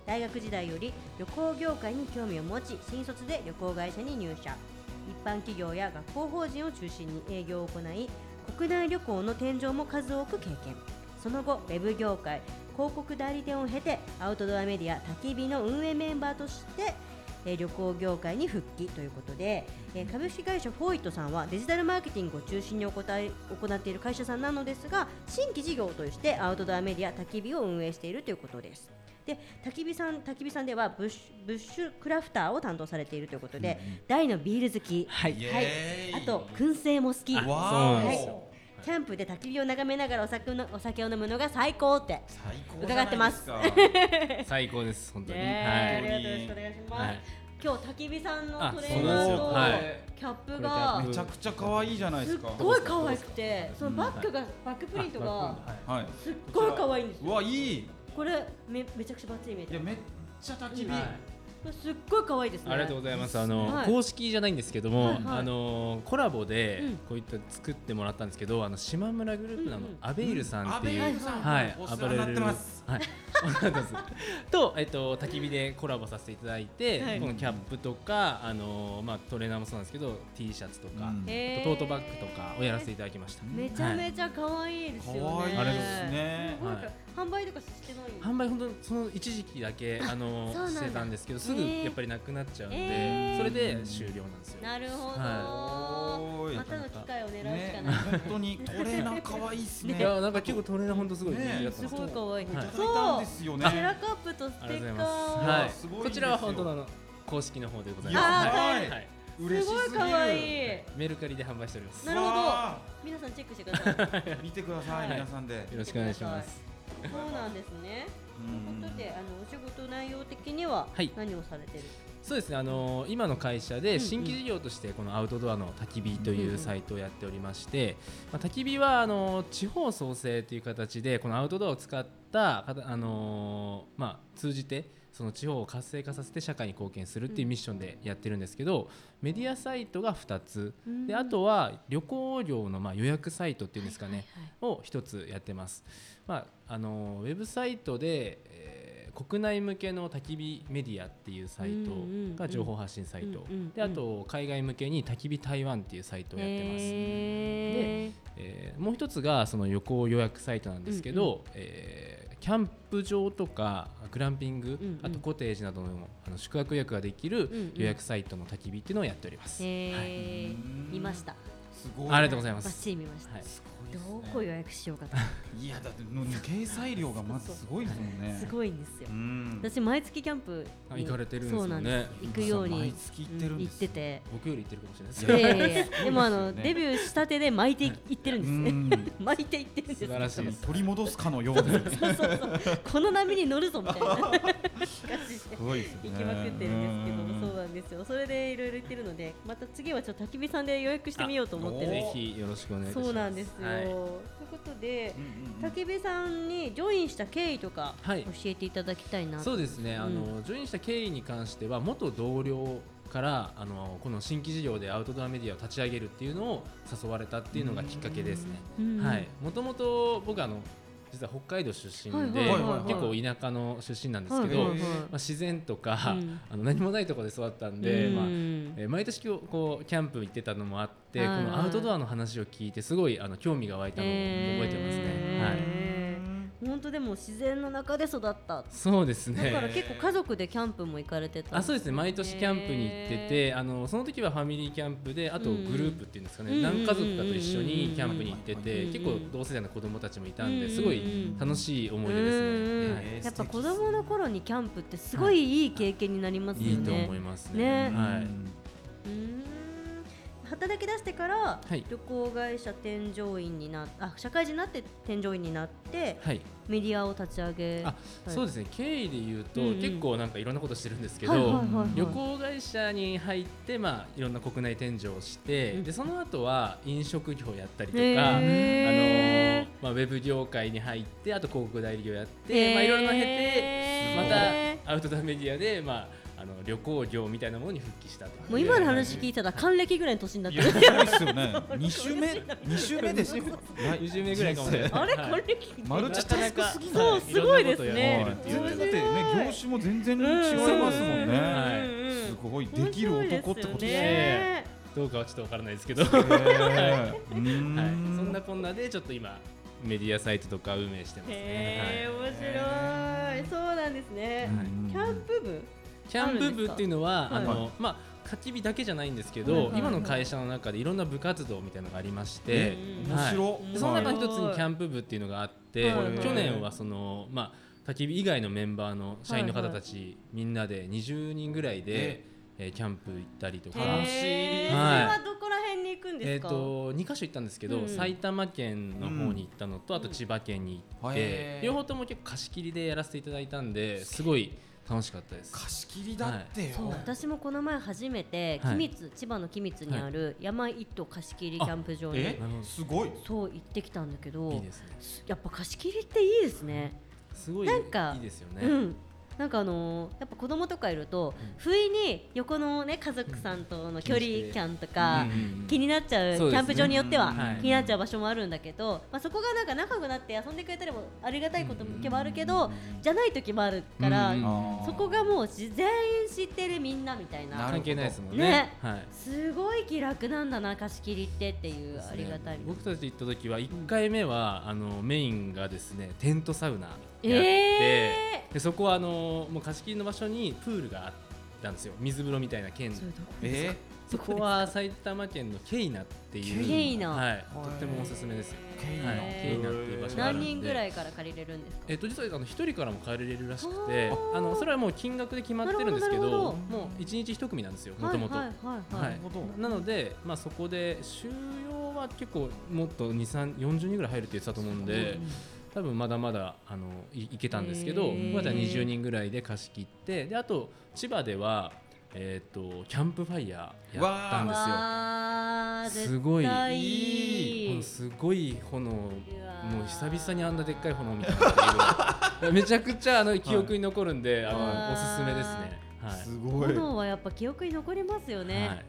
Speaker 3: 大学時代より旅行業界に興味を持ち新卒で旅行会社に入社一般企業や学校法人を中心に営業を行い国内旅行の添乗も数多く経験その後ウェブ業界広告代理店を経てアウトドアメディア焚き火の運営メンバーとしてえー旅行業界に復帰ということで、えー株式会社フォーイットさんはデジタルマーケティングを中心に行い行っている会社さんなのですが新規事業としてアウトドアメディア焚き火を運営しているということです。で焚き火さん焚き火さんではブッシュブッシュクラフターを担当されているということで、大のビール好き、
Speaker 6: はい
Speaker 4: イ
Speaker 3: はい
Speaker 4: エーイ
Speaker 3: あと燻製も好き、
Speaker 6: そう
Speaker 4: わ
Speaker 6: なん
Speaker 4: ー
Speaker 6: です
Speaker 4: お
Speaker 3: キャンプで焚き火を眺めながらお酒のお酒を飲むのが最高って。
Speaker 4: 最高じゃないですか
Speaker 3: 伺
Speaker 6: 最高です本当に、
Speaker 3: ねえ、
Speaker 4: はい
Speaker 3: ありがとうよろしくお願いします。
Speaker 6: はい
Speaker 3: 今日焚き火さんのトレー
Speaker 6: そ
Speaker 3: ナ
Speaker 6: うなんです
Speaker 3: ー
Speaker 6: よ
Speaker 3: と、
Speaker 6: はい
Speaker 3: キャップ
Speaker 6: こ
Speaker 3: が
Speaker 6: れ
Speaker 4: めちゃくちゃ可愛いじゃないですす
Speaker 3: っ
Speaker 4: か
Speaker 3: ごい可愛くて、そのバッグがバックプリントが
Speaker 6: はい
Speaker 4: はい
Speaker 3: すっごい可愛いんです
Speaker 4: う
Speaker 3: よ。
Speaker 4: わいい
Speaker 3: これめめちゃくちゃバッチリ見え
Speaker 4: い
Speaker 3: て
Speaker 4: や
Speaker 3: る。
Speaker 4: めっちゃ焚き火、
Speaker 6: はい
Speaker 3: すっごい可愛いですね。
Speaker 6: ありがとうございます。あの、
Speaker 3: はい
Speaker 6: 公式じゃないんですけども、
Speaker 3: はいはい
Speaker 6: あのコラボで
Speaker 3: うん
Speaker 6: こういった作ってもらったんですけど、あの島村グループのあの
Speaker 3: うんうん
Speaker 6: アベイルさん
Speaker 4: 阿
Speaker 6: って
Speaker 4: 部
Speaker 6: いう、
Speaker 4: さん、
Speaker 6: はい、
Speaker 4: お世
Speaker 6: 暴
Speaker 4: 話
Speaker 6: れ
Speaker 4: に
Speaker 6: る
Speaker 4: なってます。
Speaker 6: はい、そうなんです と、えっと、焚き火でコラボさせていただいて、
Speaker 3: はい
Speaker 6: このキャップとか、あのまあ、トレーナーもそうなんですけど、T シャツとか、
Speaker 4: うん
Speaker 3: へ
Speaker 6: トートバッグとかをやらせていただきました。
Speaker 3: めちゃめちゃ可愛いですよね。
Speaker 4: 可愛い
Speaker 6: ありがとうご
Speaker 4: ですね
Speaker 3: ごい
Speaker 6: はい
Speaker 3: 販売とかしてない。
Speaker 6: 販売本当にその一時期だけあの
Speaker 3: そうなんだ
Speaker 6: してたんですけどすぐ
Speaker 3: へー
Speaker 6: やっぱりなくなっちゃうんで、
Speaker 3: へー
Speaker 6: それで終了なんですよ。
Speaker 3: なるほど。
Speaker 4: はい
Speaker 3: またの機会を狙うしか
Speaker 4: ね
Speaker 3: ない。、
Speaker 4: 本当にトレーナー可愛いっすね。
Speaker 6: いやなんか結構トレーナー本当すごい
Speaker 4: ねえ
Speaker 6: いいやつ
Speaker 3: す
Speaker 6: なんです
Speaker 3: ご
Speaker 6: よ
Speaker 3: い可愛い。
Speaker 6: はい
Speaker 4: いただいたんですよね
Speaker 3: そうセラカップとス
Speaker 6: あ
Speaker 3: テ
Speaker 6: りがと
Speaker 3: ッ
Speaker 6: うご
Speaker 3: カー。
Speaker 4: あ
Speaker 6: ざい
Speaker 4: ー
Speaker 6: ますす。
Speaker 4: ごい
Speaker 6: はい。
Speaker 4: ですよ
Speaker 6: こちらは本当のあの公式の方でござい
Speaker 3: あ
Speaker 6: ま
Speaker 3: ーはい
Speaker 6: す。はい。
Speaker 4: 嬉し
Speaker 3: すごい
Speaker 4: すぎる。
Speaker 3: 可愛い。
Speaker 6: メルカリで販売しております。
Speaker 3: なるほど
Speaker 4: わ
Speaker 3: 皆さんチェックしてください。そ
Speaker 4: ー見てください、
Speaker 6: はい
Speaker 4: 皆さんで。
Speaker 6: よろしくお願いします。
Speaker 3: うなんですね。
Speaker 4: う
Speaker 3: とい
Speaker 4: ん
Speaker 3: うことで、あのお仕事内容的には
Speaker 6: はい
Speaker 3: 何をされてる？
Speaker 6: そうですね。あのー今の会社で
Speaker 3: ん
Speaker 6: 新規事業としてこのアウトドアの焚き火と
Speaker 3: う
Speaker 6: い
Speaker 3: ん
Speaker 6: うサイトをやっておりまして、まあ、焚き火はあのー地方創生という形でこのアウトドアを使ったかたあのーまあ通じてその地方を活性化させて社会に貢献するっていうミッションでやってるんですけど、メディアサイトが2つ、であとは旅行業のまあ予約サイトっていうんですかね、を一つやってます、まあ、あのウェブサイトで、えー国内向けの焚き火メディアっていうサイト
Speaker 3: うんうんうん
Speaker 6: が情報発信サイト、
Speaker 3: うんうんうん
Speaker 6: であと海外向けに焚き火台湾っていうサイトをやってます、
Speaker 3: へ
Speaker 6: えーもう一つがその旅行予約サイトなんですけど、えーキャンプ場とかグランピング、
Speaker 3: うんうん
Speaker 6: あとコテージなどのあの宿泊予約ができ
Speaker 3: うんうん
Speaker 6: る予約サイトの焚き火っていうのをやっております、
Speaker 3: ーへ
Speaker 4: う
Speaker 3: ー
Speaker 4: ん
Speaker 3: 見ました。
Speaker 4: すごい。
Speaker 6: ありがとうござい
Speaker 3: バ
Speaker 6: ま
Speaker 3: ッ
Speaker 6: す、
Speaker 3: チリ見ました
Speaker 6: は。い
Speaker 4: すごいです
Speaker 3: ど
Speaker 4: ね
Speaker 3: こ予約しよう かと思っ
Speaker 4: いや、だって、の掲載量がまずすごいですもん
Speaker 3: て。
Speaker 4: ね。
Speaker 3: すごいんですよ
Speaker 4: う。ん。
Speaker 3: 私毎月キャンプ
Speaker 6: あ
Speaker 3: に
Speaker 6: 行かれてるんですよね
Speaker 3: そうなんです行くように
Speaker 4: 毎月行ってるんです
Speaker 3: う行ってて
Speaker 6: 僕より言ってるかもしれないで
Speaker 3: いや いやい
Speaker 4: や
Speaker 6: すけど
Speaker 4: すご
Speaker 3: や
Speaker 4: いですよね
Speaker 3: でもあのデビューしたてで巻いていってる
Speaker 4: うん
Speaker 3: です ね
Speaker 4: ん。
Speaker 3: 巻いていってるんです
Speaker 6: 素晴らしいです
Speaker 4: 取り戻すかのようで。す
Speaker 3: そうそうそうこの波に乗るぞみたいな感じで
Speaker 4: ごいですね。
Speaker 3: 行きまくってるんですけどそう
Speaker 4: だ。
Speaker 3: なんですよそれでいろいろ行ってるのでまた次はちょっと焚き火さんで予約してみようと思ってるん
Speaker 6: ぜ
Speaker 3: で
Speaker 6: ひよろしくお願いいたします。
Speaker 3: そうなんですよ、
Speaker 6: はい
Speaker 3: ということで
Speaker 4: うんうんうん
Speaker 3: 焚き火さんにジョインした経緯とか教
Speaker 6: はい
Speaker 3: えていただきたいなと
Speaker 6: そうですね、あ
Speaker 3: う
Speaker 6: のジョインした経緯に関しては元同僚からあのこの新規事業でアウトドアメディアを立ち上げるっていうのを誘われたっていうのがきっかけですね。
Speaker 3: うん
Speaker 6: はい、もともと僕あの実は北海道出身で、
Speaker 3: はい
Speaker 4: はいはいはい
Speaker 6: 結構田舎の出身なんですけど、
Speaker 3: はいはい
Speaker 6: ま
Speaker 3: はい
Speaker 6: あ、自然とか、
Speaker 3: うん
Speaker 6: あの何もないところで育ったんで、
Speaker 3: うん
Speaker 6: まあえー毎年こうこうキャンプ行ってたのもあって、
Speaker 3: はいはい
Speaker 6: このアウトドアの話を聞いてすごいあの興味が湧いたのを覚えてますね。はい
Speaker 3: えー本当でも自然の中で育った。
Speaker 6: そうですね。
Speaker 3: だから結構家族でキャンプも行かれてた。
Speaker 6: あそうですね毎年キャンプに行って
Speaker 3: へ
Speaker 6: てあのその時はファミリーキャンプであと
Speaker 3: うんうん
Speaker 6: グループっていうんですかね、
Speaker 3: うんうんうんうん
Speaker 6: 何家族かと一緒にキャンプに行って
Speaker 3: う
Speaker 6: て、
Speaker 3: んうん
Speaker 6: 結構同世代の子供たちもいたんで、
Speaker 3: うんうん
Speaker 6: すごい楽しい思い出ですね、
Speaker 3: うん
Speaker 6: はい
Speaker 3: やっぱ子供の頃にキャンプってすごいいい経験になりますよね。
Speaker 6: いいと思いますね
Speaker 3: ね
Speaker 6: は
Speaker 4: う
Speaker 6: い
Speaker 4: ん
Speaker 3: うーん働き出してから
Speaker 6: はい
Speaker 3: 旅行会社添乗員になっあ社会人になって添乗員になって
Speaker 6: はい、
Speaker 3: メディアを立ち上げ
Speaker 6: あそうですね経緯で言うと、
Speaker 3: うんうん
Speaker 6: 結構なんかいろんなことしてるんですけど、
Speaker 3: はいはいはいはい
Speaker 6: 旅行会社に入って、まあ、いろんな国内添乗をして、
Speaker 3: うん
Speaker 6: でその後は飲食業やったりとか、あの
Speaker 3: へー
Speaker 6: まあ、ウェブ業界に入ってあと広告代理業やって、
Speaker 3: へー
Speaker 6: まあ、いろいろな経て
Speaker 3: へ
Speaker 6: ま
Speaker 3: ー
Speaker 6: たアウトドアメディアで、まあ、あの旅行業みたいなものに復帰したと
Speaker 3: もう今の話聞いたら還暦ぐらいの年になっ
Speaker 4: い
Speaker 3: て
Speaker 4: や
Speaker 3: る。
Speaker 4: すごいっすよね。二週目二週目ですよ。
Speaker 6: 20名ぐらいかもしれな い
Speaker 3: あれ
Speaker 6: はい
Speaker 3: 還暦。
Speaker 4: マルチタスクすぎない。
Speaker 3: そうすごいですね
Speaker 6: は。
Speaker 4: 全然だってね業種も全然違いますもん
Speaker 3: う
Speaker 4: ね。
Speaker 3: んうんうん
Speaker 4: すごいできる男ってことですね。
Speaker 3: ね。
Speaker 6: どうかはちょっとわからないですけど、はい、
Speaker 4: へーう
Speaker 6: そ
Speaker 4: ーん
Speaker 6: んなこんなでちょっと今メディアサイトとか運営してます
Speaker 3: へえ
Speaker 6: ね、はい
Speaker 3: 面白い。そうなんですね。キャンプ部。
Speaker 6: キャンプ部っていうのは
Speaker 3: あ
Speaker 6: あ
Speaker 3: るんですか
Speaker 6: の、まあ焚き火だけじゃないんですけど、
Speaker 3: はいはいはい
Speaker 6: 今の会社の中でいろんな部活動みたいなのがありまして
Speaker 4: え、
Speaker 3: うん
Speaker 4: 面白。
Speaker 6: でその中の一つに
Speaker 3: はい
Speaker 6: キャンプ部っていうのがあって、
Speaker 3: はいはい
Speaker 6: 去年はそのまあ焚き火以外のメンバーの社員の方たち、みんなで20人ぐらいで、えーキャンプ行ったりとか、
Speaker 4: 楽しい
Speaker 3: へーそれ
Speaker 6: はい
Speaker 3: はどこら辺に行くん
Speaker 6: え
Speaker 3: で
Speaker 6: っ
Speaker 3: すか。
Speaker 6: と2か所行ったんですけど、
Speaker 3: うん
Speaker 6: 埼玉県の方に行ったのと、あと千葉県に行っ
Speaker 4: へ
Speaker 6: て
Speaker 4: ー
Speaker 6: 両方とも結構貸し切りでやらせていただいたんですごい楽しかったです。
Speaker 4: 貸し切りだってよ。
Speaker 3: そう私もこの前初めて
Speaker 6: はい
Speaker 3: 君津、千葉の君津にある山一棟貸し切りキャンプ場に
Speaker 4: えすごい。
Speaker 3: そう行ってきたんだけど
Speaker 6: いいですね。
Speaker 3: やっぱ貸し切りっていいですね。
Speaker 6: すごい
Speaker 3: なんか
Speaker 6: いいですよ
Speaker 3: う
Speaker 6: ね。
Speaker 3: んなんかあのーやっぱ子供とかいると、不意に横のね家族さんとの距離感とか、
Speaker 6: うんうんうん
Speaker 3: 気になっちゃう
Speaker 6: そうですね
Speaker 3: キャンプ場によっては、
Speaker 6: うんはい
Speaker 3: 気になっちゃう場所もあるんだけど、まあ、そこがなんか仲良くなって遊んでくれたりもありがたいこともあるけど、じゃない時もあるから、
Speaker 6: うんうん
Speaker 4: あー
Speaker 3: そこがもう自全員知ってるみんなみたいな
Speaker 4: なるほど
Speaker 6: 関係ないですもんね。
Speaker 3: ね
Speaker 6: はい。
Speaker 3: すごい気楽なんだな貸し切りってっていうありがたい、
Speaker 6: 僕たち行った時は1回目は、あのメインがですねテントサウナやって、
Speaker 3: え
Speaker 6: でそこはあのもう貸し切りの場所にプールがあったんですよ水風呂みたいな県
Speaker 3: それどこ
Speaker 4: え
Speaker 6: そこは埼玉県のケイナっていう
Speaker 3: ケイナ
Speaker 6: はい、とってもおすすめです、
Speaker 4: ーケイナ
Speaker 6: はい、ケイナっていう場所がある
Speaker 3: 何
Speaker 6: んで
Speaker 3: 人ぐらいから借りれるんですか
Speaker 6: えっと、実はあの一人からも帰れるらしく
Speaker 3: あ
Speaker 6: て
Speaker 3: ー
Speaker 6: あのそれはもう金額で決まってるんですけど
Speaker 3: なるほどなるほど
Speaker 6: もう一日一組なんですよもともと
Speaker 3: はいはいはい、
Speaker 6: は
Speaker 3: はいい、
Speaker 4: ほど
Speaker 6: なので、まあ、そこで収容は結構もっと2 3 40人ぐらい入るって言ってたと思うんで多分まだまだあのいいけたんですけ
Speaker 3: へ
Speaker 6: ど
Speaker 3: ー
Speaker 6: 僕はじゃあ20人ぐらいで貸し切ってであと千葉では、えー、とキャンプファイヤーやったんですよ。
Speaker 3: わー
Speaker 6: すごい
Speaker 3: 絶対
Speaker 6: こ
Speaker 3: いい
Speaker 6: のすごい炎も
Speaker 3: うわー
Speaker 6: う久々にあんなでっかい炎みたいなのが出るめちゃくちゃあの記憶に残るんで、あの
Speaker 3: あー
Speaker 6: おすすめですね。はい
Speaker 4: すごい。
Speaker 3: 炎はやっぱ記憶に残りますよ
Speaker 6: は
Speaker 3: ね、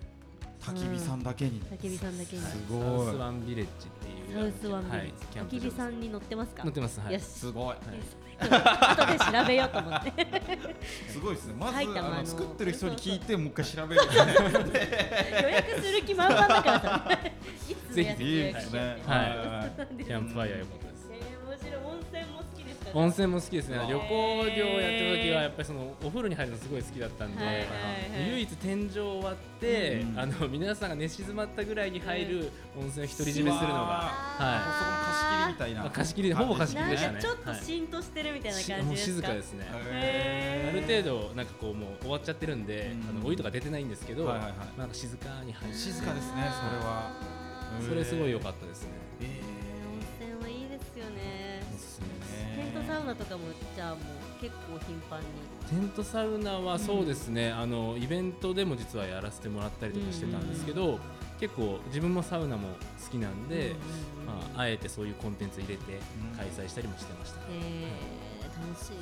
Speaker 6: い
Speaker 4: 焚き火さんだけに。
Speaker 3: 焚き火さんだけに
Speaker 4: す
Speaker 6: サウス
Speaker 4: ごい。
Speaker 6: ワンビレッジっていう
Speaker 3: サウスワンビ
Speaker 6: は
Speaker 3: ー
Speaker 6: い
Speaker 3: チ、
Speaker 6: キャン
Speaker 3: 焚
Speaker 6: プ
Speaker 3: き
Speaker 6: 場で
Speaker 3: 火
Speaker 6: す
Speaker 3: さんに乗ってますか
Speaker 6: 乗ってますはい
Speaker 3: よし
Speaker 4: すごい。
Speaker 3: 後で調べようと思って
Speaker 4: すごいですね。まず
Speaker 3: 埼玉の
Speaker 4: あの作ってる人に聞いてもう一回調べるんですね。
Speaker 3: 予約する気満々だからさ いつ
Speaker 6: ぜひ
Speaker 4: いいですね。
Speaker 6: は
Speaker 4: はい
Speaker 6: キャンプファイヤー良かったです
Speaker 3: えー、面白い温泉も好きですから
Speaker 6: 温泉も好きですね
Speaker 4: うわ
Speaker 6: 旅行業やってる時はやっぱりそのお風呂に入るのすごい好きだったんで、
Speaker 3: はいはいはい
Speaker 6: 唯一天井を割って、
Speaker 4: うん
Speaker 6: あの皆さんが寝静まったぐらいに入る温泉を独り占めするの
Speaker 4: う
Speaker 6: が、
Speaker 4: わ
Speaker 6: はい
Speaker 4: そこも貸し切りみたい
Speaker 6: まあ
Speaker 4: な。
Speaker 6: 貸し切りでほぼ貸し切り
Speaker 3: な
Speaker 6: で
Speaker 3: ん
Speaker 6: したね
Speaker 3: かちょっと浸透してるみたいな
Speaker 6: し
Speaker 3: 感
Speaker 6: も
Speaker 3: じ
Speaker 6: う
Speaker 3: です
Speaker 6: 静
Speaker 3: か、
Speaker 6: かですね、
Speaker 4: へ
Speaker 6: ある程度なんかこうもう終わっちゃってるんで、
Speaker 4: うん
Speaker 6: あのお湯とか出てないんですけど、
Speaker 4: はいはいはい
Speaker 6: まあなんか静かに入る
Speaker 4: ー静かですね。それは。
Speaker 6: うんそれすごい良かったですね
Speaker 4: え
Speaker 3: 温泉はいいですよね
Speaker 6: おすすめです
Speaker 4: ー
Speaker 3: テントサウナとかもじゃあもう結構頻繁に
Speaker 6: テントサウナはそうですね、あのイベントでも実はやらせてもらったりとかしてたんですけど、結構自分もサウナも好きなんで、まあ、あえてそういうコンテンツ入れて
Speaker 4: ん
Speaker 6: 開催したりもしてました、
Speaker 3: えー、楽しいよ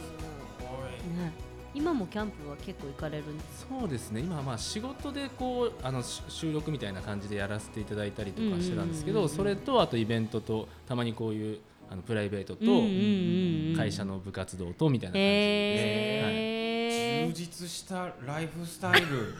Speaker 4: おい
Speaker 3: ね今もキャンプは結構行かれるんです
Speaker 6: そうですね今はまあ仕事でこうあのし収録みたいな感じでやらせていただいたりとかしてたんですけど、
Speaker 3: うんうんうんうん
Speaker 6: それとあとイベントとたまにこういうあのプライベートと、会社
Speaker 3: の
Speaker 6: の部活動とみたいな感じで
Speaker 3: え
Speaker 4: 充
Speaker 3: ー
Speaker 4: 実したライフスタイ ル。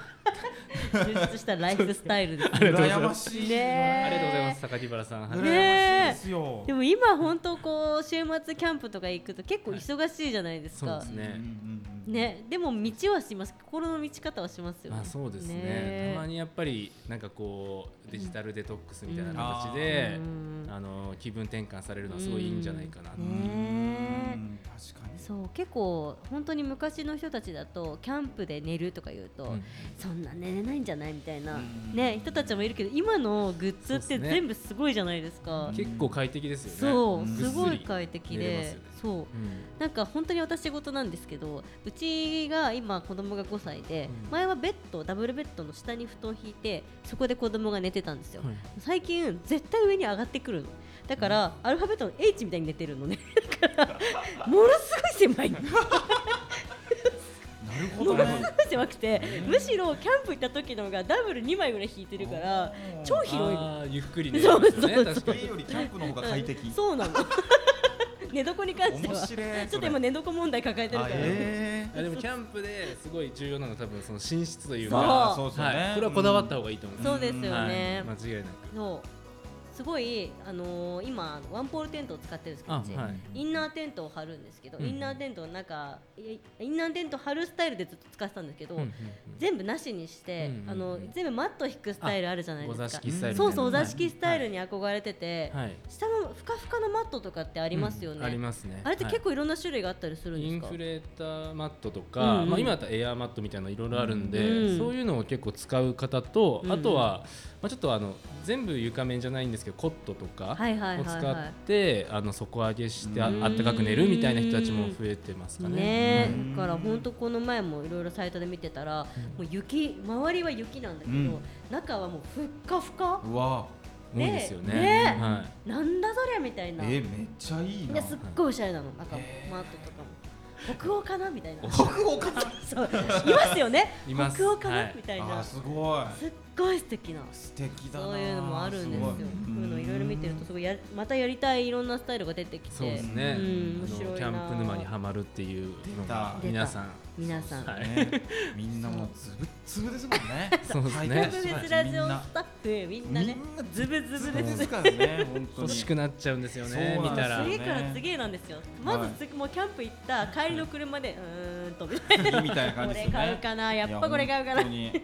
Speaker 3: 充実したライフスタイル ですね
Speaker 6: りがとうござい
Speaker 4: 羨ま
Speaker 6: ま
Speaker 4: しい。
Speaker 3: ね
Speaker 6: はいありがとうございます榊原さん、はい
Speaker 4: 羨ましい
Speaker 3: ね
Speaker 4: ですよ。
Speaker 3: でも今本当こう週末キャンプとか行くと結構忙しいじゃないですか、
Speaker 6: はいそうですね
Speaker 4: うんうんうん。
Speaker 3: ね、でも道はします心の道方はしますよね、
Speaker 6: まあそうですね
Speaker 3: ね
Speaker 6: たまにやっぱりなんかこうデジタルデトックスみたいな形で、
Speaker 3: うん
Speaker 6: あの気分転換されるのはすごいいいんじゃないかな、
Speaker 3: うん
Speaker 4: う
Speaker 3: ね
Speaker 4: ん確かに。
Speaker 3: そう結構本当に昔の人たちだとキャンプで寝るとか言うと、
Speaker 6: うん
Speaker 3: そんな寝れないんじゃないみたいな、
Speaker 4: うん
Speaker 3: ね、人たちもいるけど今のグッズっ
Speaker 6: そう
Speaker 3: て
Speaker 6: っすね
Speaker 3: 全部すごいじゃないですか
Speaker 6: 結構快適ですよね
Speaker 3: そう,、
Speaker 4: うん
Speaker 3: すごい快適
Speaker 6: ぐっすり寝れます
Speaker 3: で、
Speaker 6: よね
Speaker 3: そう
Speaker 6: うん
Speaker 3: なんか本当に私事なんですけどうちが今子供が5歳で、
Speaker 6: うん
Speaker 3: 前はベッドダブルベッドの下に布団を引いてそこで子供が寝てたんですよ、
Speaker 6: はい
Speaker 3: 最近絶対上に上がってくるのだから、 アルファベットの H みたいに寝てるのねだからものすごい狭いだ
Speaker 4: るほ
Speaker 3: ロ
Speaker 4: ど
Speaker 3: マン
Speaker 4: ね
Speaker 3: スが狭くてむしろキャンプ行った時の方がダブル2枚ぐらい引いてるから超広いの
Speaker 6: あーゆっくり ね。
Speaker 3: そうそう
Speaker 6: ですよね確か
Speaker 4: 家
Speaker 6: に
Speaker 4: よりキャンプの方が快適
Speaker 3: そうなの寝床に関して
Speaker 4: 面
Speaker 3: は
Speaker 4: 白い
Speaker 3: ちょっと今寝床問題抱えてるか
Speaker 4: あ
Speaker 3: ら、
Speaker 4: え
Speaker 6: あでもキャンプですごい重要なのは多分その寝室とい
Speaker 4: ー
Speaker 6: う
Speaker 3: そ
Speaker 6: か
Speaker 3: う
Speaker 4: まあそうですよね
Speaker 6: はい、これはこだわった方がいいと思います。
Speaker 3: そうですよね、
Speaker 6: はい、間違いない。
Speaker 3: そうすごい、あのー今ワンポールテントを使ってるんですけど
Speaker 6: あ
Speaker 3: うち
Speaker 6: はい
Speaker 3: インナーテントを張るんですけど、
Speaker 6: うん
Speaker 3: インナーテントの中いインナーテント張るスタイルでずっと使ってたんですけど、
Speaker 6: うんうんうん
Speaker 3: 全部なしにして、
Speaker 6: うんうんうん
Speaker 3: あの全部マット引くスタイルあるじゃないですか
Speaker 6: お座敷スタイルみたいな。
Speaker 3: そうそうお座敷スタイル
Speaker 6: に。
Speaker 3: に憧れてて、
Speaker 6: はい。
Speaker 3: 下のふかふかのマットとかってあ
Speaker 6: あ
Speaker 3: りますよね、
Speaker 6: ありますね。
Speaker 3: あれって結
Speaker 6: 構
Speaker 3: 構いろんな種類があったりするんで
Speaker 6: イ
Speaker 3: す
Speaker 6: ン
Speaker 3: か、
Speaker 6: フレーターマットとか、
Speaker 3: うんうん
Speaker 6: まあ、今だったらエアーマットみたいなのいろいろあるんで、
Speaker 3: うん
Speaker 6: そういうのを結構使う方と、
Speaker 3: うん
Speaker 6: あとは、まあ、ちょっとあの全部床面じゃないんですけどコットとかを
Speaker 3: はいはいはいはい
Speaker 6: 使ってあの底上げしてあ
Speaker 4: うん
Speaker 6: あったかく寝るみたいな人たちも増えてますかね。
Speaker 3: ね
Speaker 4: う
Speaker 3: え
Speaker 4: ん
Speaker 3: だから本当この前もいろいろサイトで見てたら、もう雪周りは雪なんだけど、
Speaker 4: うん
Speaker 3: 中はもうふっかふか
Speaker 4: うわ
Speaker 6: 多いですよね。
Speaker 3: ね
Speaker 6: は
Speaker 3: なんだそりゃみたい
Speaker 4: え
Speaker 3: な、
Speaker 4: ーめっちゃいいな
Speaker 3: ですっごいおしゃれなのなんかマットとかも北欧かなみたいなそういますよね
Speaker 6: います
Speaker 3: 北欧かな、
Speaker 6: はい
Speaker 3: みたい
Speaker 4: あー
Speaker 3: なす
Speaker 4: すごい
Speaker 3: っごい素敵な
Speaker 4: 素敵だな
Speaker 3: そういうのもあるんですよ
Speaker 4: ご
Speaker 3: そういうのいろいろ見てるとすごいやまたやりたいいろんなスタイルが出てき
Speaker 6: い、そうで
Speaker 3: て
Speaker 6: すね、
Speaker 3: うん面
Speaker 6: あ
Speaker 3: 白い
Speaker 6: のキ
Speaker 3: な
Speaker 6: ャンプ沼にはまるっていうのが
Speaker 3: た
Speaker 4: 出
Speaker 6: 皆さん
Speaker 3: 皆さん
Speaker 6: はい
Speaker 4: ね、みんなもうつぶっつぶですもんね
Speaker 6: そうですね
Speaker 3: 特 別ラジオスタッフみんなねズブズブ
Speaker 4: つぶ
Speaker 3: です
Speaker 4: ですからね本当
Speaker 6: 欲
Speaker 4: に
Speaker 6: しくなっちゃうんですよね
Speaker 4: そう
Speaker 6: 見
Speaker 4: なんです
Speaker 6: たら
Speaker 3: 次から次へなんですよ、まずつ、もうキャンプ行った帰りの車で、うーんとみたいな、
Speaker 4: 次みたいな感
Speaker 3: こ
Speaker 4: じで
Speaker 3: れ
Speaker 4: すよね
Speaker 3: 買うかな、やっぱこれ買うかな、
Speaker 4: いや本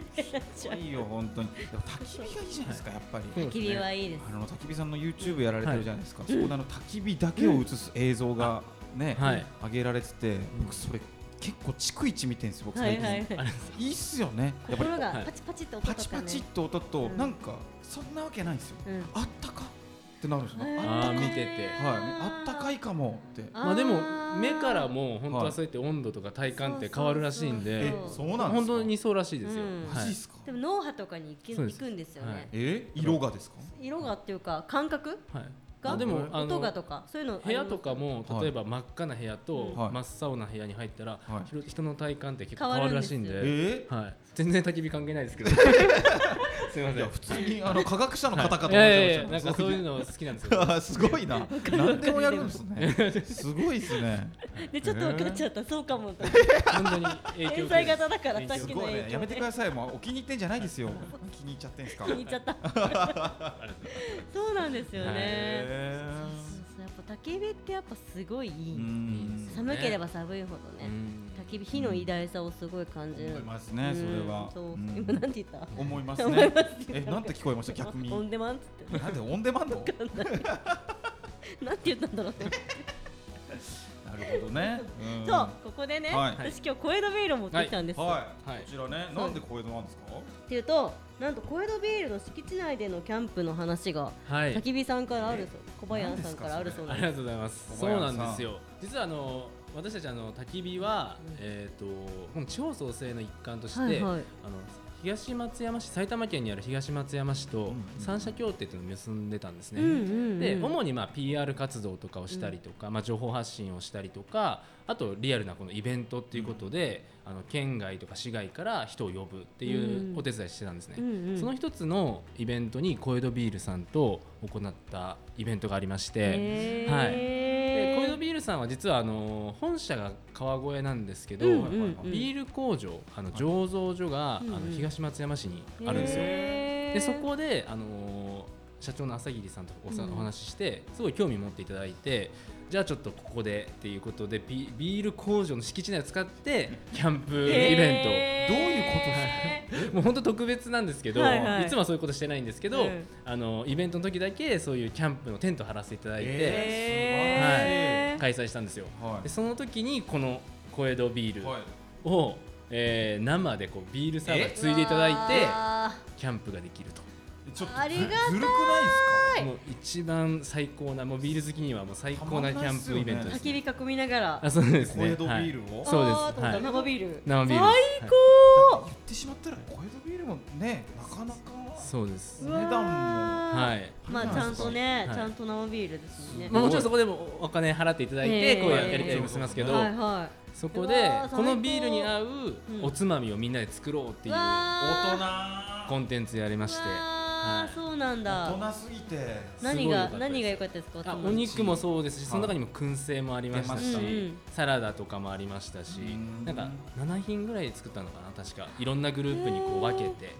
Speaker 4: 当にいいよ本当にでも焚き火がいいじゃないですかやっぱり
Speaker 3: 焚き火はいいです
Speaker 4: あ。の焚き火さんの YouTube やられてるじゃないですか、そこであの焚き火だけを映す映像がね、
Speaker 6: はい
Speaker 4: 上げられてて僕それ結構逐一見てるんですよ僕
Speaker 3: は
Speaker 4: 最
Speaker 3: い
Speaker 4: 近、
Speaker 3: はい
Speaker 4: い
Speaker 3: はい。
Speaker 4: いっすよねやっぱり
Speaker 3: 心が
Speaker 6: はい
Speaker 3: パチパチって音と
Speaker 4: パ
Speaker 3: かね。
Speaker 4: チパチって音と、
Speaker 3: うん
Speaker 4: なんかそんなわけないんですよ、
Speaker 3: うん
Speaker 4: あったかってなるんですよ、
Speaker 3: へー
Speaker 4: あ
Speaker 6: あー見てて
Speaker 4: はい、あったかいかもって
Speaker 3: あー
Speaker 6: まあでも目からも本当はそうやって温度とか体感って変わるらしいん
Speaker 3: ー
Speaker 4: え
Speaker 6: で
Speaker 3: そ
Speaker 4: そううなんですか
Speaker 6: 本当にそうらしいですよ、
Speaker 3: うん
Speaker 4: マ
Speaker 6: は
Speaker 4: ジっ
Speaker 6: い、
Speaker 4: すか、
Speaker 3: でも脳波とかに行く
Speaker 6: そう
Speaker 3: 行
Speaker 6: です
Speaker 3: くんですよね。
Speaker 6: はい
Speaker 4: え色がですか
Speaker 3: 色がっていうか感覚
Speaker 6: はい、
Speaker 3: が
Speaker 6: あでも
Speaker 4: はい
Speaker 6: あ
Speaker 3: 音が
Speaker 6: の
Speaker 3: とかそういうのあります
Speaker 6: 部屋とかも
Speaker 4: はい
Speaker 6: 例えば真っ赤な部屋と
Speaker 4: はい
Speaker 6: 真っ青な部屋に入ったら、
Speaker 4: はい
Speaker 6: ひろ人の体感って結構変わるらしいんで
Speaker 3: 変わる
Speaker 4: え
Speaker 6: はい、全然焚き火関係ないですけどすいません
Speaker 4: いや普通にあの科学者の方かと思っ
Speaker 6: い
Speaker 4: ちゃ
Speaker 6: やいやい
Speaker 4: い
Speaker 6: や
Speaker 4: ま
Speaker 6: なん
Speaker 4: した
Speaker 6: かそういうの好きなんですよ
Speaker 4: あーすごいな 何でもやるんです ねすごいですね
Speaker 3: でちょっと分かっちゃった、そうかもと思って。
Speaker 6: 本当に影響を受ける
Speaker 3: 天才型だから
Speaker 6: 影響を受
Speaker 3: さっ
Speaker 6: け
Speaker 3: き
Speaker 4: す
Speaker 3: の
Speaker 4: ごい
Speaker 3: 影響
Speaker 4: ね
Speaker 3: で
Speaker 4: やめてくださいもうお気に入ってんじゃないですよ気に入っちゃってんですか
Speaker 3: 気に入っちゃった。そうなんですよね。
Speaker 4: へ
Speaker 3: そうそうやっぱ焚き火ってやっぱすごいい
Speaker 4: ーう
Speaker 3: い。
Speaker 4: ん
Speaker 6: す
Speaker 3: 寒ければ寒いほど
Speaker 6: う
Speaker 3: ね。
Speaker 6: ん
Speaker 3: 焚き火火の偉大さをすごい感じる。
Speaker 4: 思いますねそれは
Speaker 3: うんそう
Speaker 4: うん
Speaker 3: 今なんて言った？
Speaker 4: 思います
Speaker 3: 思い
Speaker 4: ね
Speaker 3: ますね
Speaker 4: えなんて聞こえ ました逆に
Speaker 3: オンデマンっつって。
Speaker 4: なんでオンデマンド
Speaker 3: なんて言ったんだろうって。
Speaker 4: なるほどねん
Speaker 3: そう、ここでね、
Speaker 4: はい
Speaker 3: 私今日小江戸ビールを持ってきたんですよ。
Speaker 4: はい、
Speaker 6: はい
Speaker 4: こちらねなんで小江戸なんですか
Speaker 3: っていうと、なんと小江戸ビールの敷地内でのキャンプの話が、
Speaker 6: はい
Speaker 3: 焚き火さんからあるそう、小林さんからあるそうな
Speaker 6: あ
Speaker 3: ん
Speaker 6: り
Speaker 3: です。
Speaker 6: がとうございます。
Speaker 4: 小
Speaker 6: そう
Speaker 4: 林
Speaker 6: な
Speaker 4: さん
Speaker 6: んですよ。実はあの私たちあの焚き火は、
Speaker 3: うん
Speaker 6: えっ、とこの地方創生の一環として、
Speaker 3: はいはい
Speaker 6: あの東松山市埼玉県にある東松山市と
Speaker 4: ん
Speaker 6: 三社協定っていうのを結んでたんです
Speaker 3: う
Speaker 6: ね。
Speaker 3: んうんうん
Speaker 6: で主にまあ PR 活動とかをしたりとか、まあ情報発信をしたりとか、あとリアルなこのイベントっていうことで、あの県外とか市外から人を呼ぶっていう
Speaker 3: うん
Speaker 6: お手伝いしてたんですね。
Speaker 3: うんうん
Speaker 6: その一つのイベントに小江戸ビールさんと行ったイベントがありまして、
Speaker 3: へ
Speaker 6: はいで
Speaker 3: ー
Speaker 6: 小江戸ビールさんは実はあの本社が川越なんですけど、
Speaker 3: うんうんうん
Speaker 6: ビール工場あの醸造所が、
Speaker 3: うんうん
Speaker 6: あの東松山市にあるんですよ。
Speaker 3: へー
Speaker 6: でそこであの社長の朝霧さんとおさ
Speaker 3: うん
Speaker 6: お話ししてすごい興味持っていただいてじゃあちょっとここでっていうことでビビール工場の敷地内を使ってキャンプイベントを
Speaker 3: へー
Speaker 4: どういうこと
Speaker 6: もう本当特別なんですけど、
Speaker 3: はい
Speaker 6: い
Speaker 3: はい
Speaker 6: つもはそういうことしてないんですけど、
Speaker 3: うん
Speaker 6: あのイベントの時だけそういうキャンプのテント張らせていただいて、
Speaker 3: へー
Speaker 6: はい、開催したんですよ、
Speaker 4: はい
Speaker 6: でその時にこの小江戸ビール
Speaker 4: はい
Speaker 6: を、えー生でこうビールサーバーについでいただいて
Speaker 3: わ
Speaker 6: キャンプができると
Speaker 4: ちょっと
Speaker 3: ありがたい
Speaker 4: ずるくない
Speaker 6: もう一番最高なもうビール好きにはもう最高なキャンプイベ
Speaker 4: たまん
Speaker 6: ントで
Speaker 3: ー
Speaker 4: な
Speaker 6: す、
Speaker 3: 焚き火囲みながら
Speaker 6: あそうで
Speaker 4: ですすか
Speaker 6: ね
Speaker 4: 小江戸ビ
Speaker 6: はい
Speaker 4: ールを、
Speaker 6: そうです
Speaker 3: あーと思った
Speaker 6: はい
Speaker 3: 生ビール
Speaker 6: 生ビールです
Speaker 3: 最
Speaker 4: 言ってしまったら小江戸ビールもねなかなか
Speaker 6: そうで
Speaker 3: 高
Speaker 6: す
Speaker 4: 値段も
Speaker 3: わ
Speaker 6: はい
Speaker 3: まあちゃんとね、
Speaker 6: はい
Speaker 3: ちゃんと生ビールですもんね。
Speaker 6: まあ、もちろんそこでもおお金払っていただい
Speaker 3: え
Speaker 6: て
Speaker 3: え
Speaker 6: こうやり取りもしますけど、
Speaker 3: はいは
Speaker 6: そこ
Speaker 3: う
Speaker 6: で
Speaker 3: わー
Speaker 6: このビールに合う
Speaker 3: うん
Speaker 6: おつまみをみんなで作ろうって
Speaker 3: い。
Speaker 6: いう
Speaker 3: わ
Speaker 4: 大
Speaker 6: コンテンツやりま
Speaker 3: ー
Speaker 6: して
Speaker 3: わー
Speaker 6: はい
Speaker 3: そうなんだ。
Speaker 4: 人大人すぎて
Speaker 3: 何が
Speaker 6: すごい良かったです
Speaker 3: 何が良かったですか。
Speaker 6: あ
Speaker 3: その
Speaker 6: お肉もそうですし
Speaker 4: はい
Speaker 6: その中にも燻製もありましたし、
Speaker 3: し
Speaker 4: 出ま
Speaker 3: たうん
Speaker 6: サラダとかもありましたし
Speaker 4: うん
Speaker 6: なんか7品ぐらい作ったのかな確かいろんなグループにこう分けて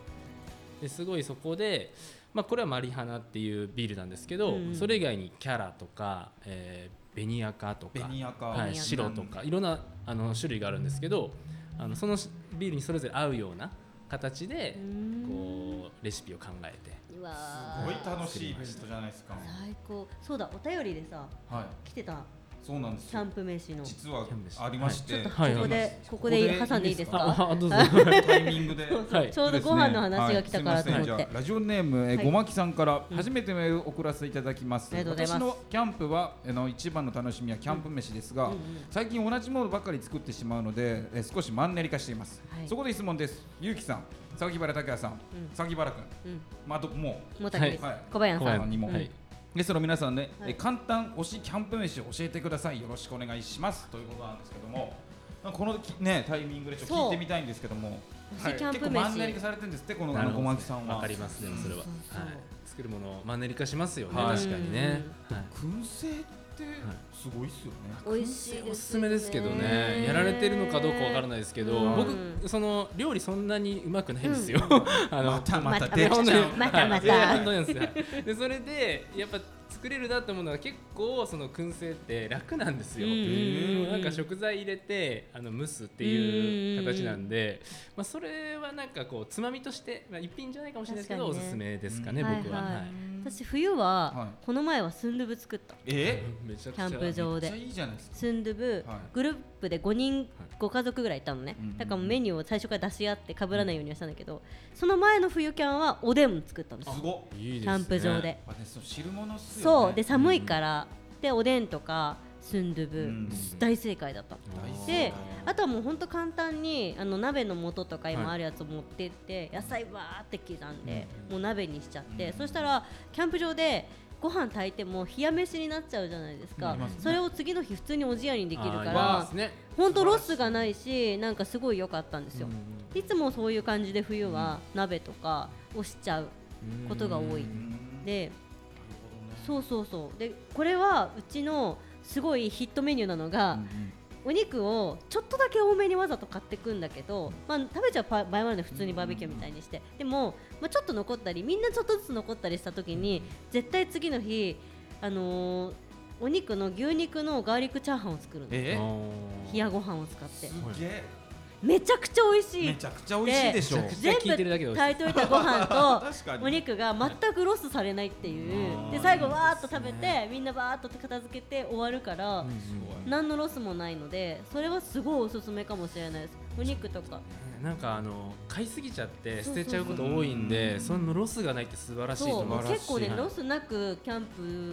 Speaker 6: ですごいそこで、まあ、これはマリハナっていうビールなんですけど、
Speaker 3: うん
Speaker 6: それ以外にキャラとか、えーベニアカとか
Speaker 4: ベニヤか、
Speaker 6: はい、白とかいろんなあの種類があるんですけどあのそのビールにそれぞれ合うような形で
Speaker 3: うーん
Speaker 6: こうレシピを考えて
Speaker 3: うわ
Speaker 4: すごい
Speaker 3: ー
Speaker 4: 楽しいイベントじゃないですか
Speaker 3: 最高。そうだお便りでさ
Speaker 4: はい
Speaker 3: 来てた
Speaker 4: そうなんです
Speaker 3: キャンプ飯の。
Speaker 4: 実は
Speaker 6: キャンプです
Speaker 4: ありまして、
Speaker 6: はいちょっと
Speaker 3: こ
Speaker 6: はい
Speaker 3: こでここで挟んでいいですか。
Speaker 6: ああ どうぞ
Speaker 4: タイミングで。
Speaker 3: そう
Speaker 6: はい
Speaker 3: ちょうどご飯の話が来たからと思っ
Speaker 4: すいませ
Speaker 3: て
Speaker 4: んじゃあ。ラジオネーム、えー
Speaker 3: はい
Speaker 4: ごまきさんから
Speaker 3: うん
Speaker 4: 初めてメールを送らせていただきます、
Speaker 3: ありがとうございます
Speaker 4: 私のキャンプはあの一番の楽しみはキャンプ飯ですが、
Speaker 3: うんうん
Speaker 4: 最近同じものばかり作ってしまうので、えー少しマンネリ化しています、
Speaker 3: はい
Speaker 4: そこで質問ですゆうきさん榊原拓也さん榊、原君
Speaker 3: うん
Speaker 4: まあども
Speaker 3: もたけです
Speaker 4: はいはい。
Speaker 3: 小林
Speaker 6: 小
Speaker 3: さん。
Speaker 6: 林
Speaker 4: さんにも、
Speaker 6: はい
Speaker 4: ゲストの皆さんね、
Speaker 3: はい
Speaker 4: えー簡単推しキャンプ飯を教えてくださいよろしくお願いしますということなんですけどもなんかこのきねタイミングでちょっと
Speaker 3: そう
Speaker 4: 聞いてみたいんですけども
Speaker 3: 推しキャンプ飯
Speaker 4: 結構マンネリ化されてるんですってこのあのごまきさんは
Speaker 6: わかりますでもそれは、
Speaker 3: そうそうそう
Speaker 6: はい、作るものをマンネリ化しますよね、
Speaker 4: はい
Speaker 6: 確かにね、はい
Speaker 4: 燻製ってすごいっすよね、
Speaker 3: 美味しいですよね
Speaker 6: おすすめですけどねやられてるのかどうかわからないですけど、
Speaker 3: うん
Speaker 6: 僕その料理そんなにうまくないんですよ、 あの
Speaker 4: またま
Speaker 3: ま
Speaker 4: た
Speaker 3: た
Speaker 4: 出
Speaker 3: ま
Speaker 4: ち
Speaker 3: た
Speaker 4: ゃう
Speaker 3: またま
Speaker 6: いや本
Speaker 3: た
Speaker 6: 当。なんですよでそれでやっぱ作れるなと思うのは結構その燻製って楽なんですよ、
Speaker 3: うんうんうんうん
Speaker 6: なんか食材入れてあの蒸すっていう形なんで、まあ、それはなんかこうつまみとして、まあ、一品じゃないかもしれないですけど、お
Speaker 3: 確かにね
Speaker 6: すすめですかね、
Speaker 3: うん
Speaker 6: 僕
Speaker 3: は
Speaker 6: は、
Speaker 3: いはい
Speaker 6: はい
Speaker 3: 私冬
Speaker 4: は
Speaker 3: はいこの前はスンドゥブ作った。
Speaker 4: え
Speaker 6: めちゃくち
Speaker 3: キ
Speaker 6: ゃ
Speaker 3: ャンプ場
Speaker 4: めっ
Speaker 3: で
Speaker 4: ちゃ。いいじゃないですか
Speaker 3: スンドゥブ、
Speaker 4: はい
Speaker 3: グループで5人ご家族ぐらいいたのね、
Speaker 4: うん
Speaker 3: だからもうメニューを最初から出し合って被らないようにはしたんだけど、その前の冬キャンはおでん作ったんです
Speaker 4: すごい
Speaker 6: いいですね
Speaker 3: キャンプ場で、
Speaker 4: あねその汁物っすよ
Speaker 3: そう
Speaker 4: ね
Speaker 3: で寒いから、でおでんとかスンドゥブ、
Speaker 4: うん
Speaker 3: 大正解だった
Speaker 6: あー
Speaker 3: であとはもうほんと簡単にあの鍋の素とか今あるやつを持ってって、野菜バーって刻んで、もう鍋にしちゃって、
Speaker 4: うん
Speaker 3: そしたらキャンプ場でご飯炊いても冷や飯になっちゃうじゃないですか、
Speaker 4: なりますね
Speaker 3: それを次の日普通におじやにできるか
Speaker 6: あーいいで
Speaker 3: ら
Speaker 6: すね
Speaker 3: 本当ロスがないしなんかすごい良かったんですよ、いつもそういう感じで冬は鍋とかをしちゃうことが多い
Speaker 4: うん
Speaker 3: で
Speaker 4: なるほ
Speaker 3: そ
Speaker 4: どね
Speaker 3: うそうそうでこれはうちのすごいヒットメニューなのが、お肉をちょっとだけ多めにわざと買ってくんだけど、まあ、食べちゃう場合もあるので普通にバーベキューみたいにして、でも、まあ、ちょっと残ったりみんなちょっとずつ残ったりした時に絶対次の日、あのーお肉の牛肉のガーリックチャーハンを作るの冷
Speaker 6: え
Speaker 4: え
Speaker 3: やご飯を使って
Speaker 4: すげえ
Speaker 3: めちゃくちゃ美味しい
Speaker 4: めちゃくちゃ美味しいでしょ
Speaker 6: で
Speaker 3: 全部
Speaker 6: 聞いてるだけで美味
Speaker 3: 炊いといたご飯と
Speaker 4: 確 かに
Speaker 3: お肉が全くロスされないっていう
Speaker 4: あー
Speaker 3: で最後わーっと
Speaker 6: いい
Speaker 3: 食べ
Speaker 6: ですね
Speaker 3: てみんなわーっと片付けて終わるから
Speaker 6: うん
Speaker 4: すごい
Speaker 3: 何のロスもないのでそれはすごいおすすめかもしれないですお肉とか
Speaker 6: なんかあの買いすぎちゃって
Speaker 3: そ
Speaker 6: 捨
Speaker 3: うそうそう
Speaker 6: てちゃうこと多いんでそのロスがないって素晴らしいと
Speaker 3: そう
Speaker 6: 思
Speaker 3: も
Speaker 6: いうます
Speaker 3: 結構ね
Speaker 6: はい
Speaker 3: ロスなくキャン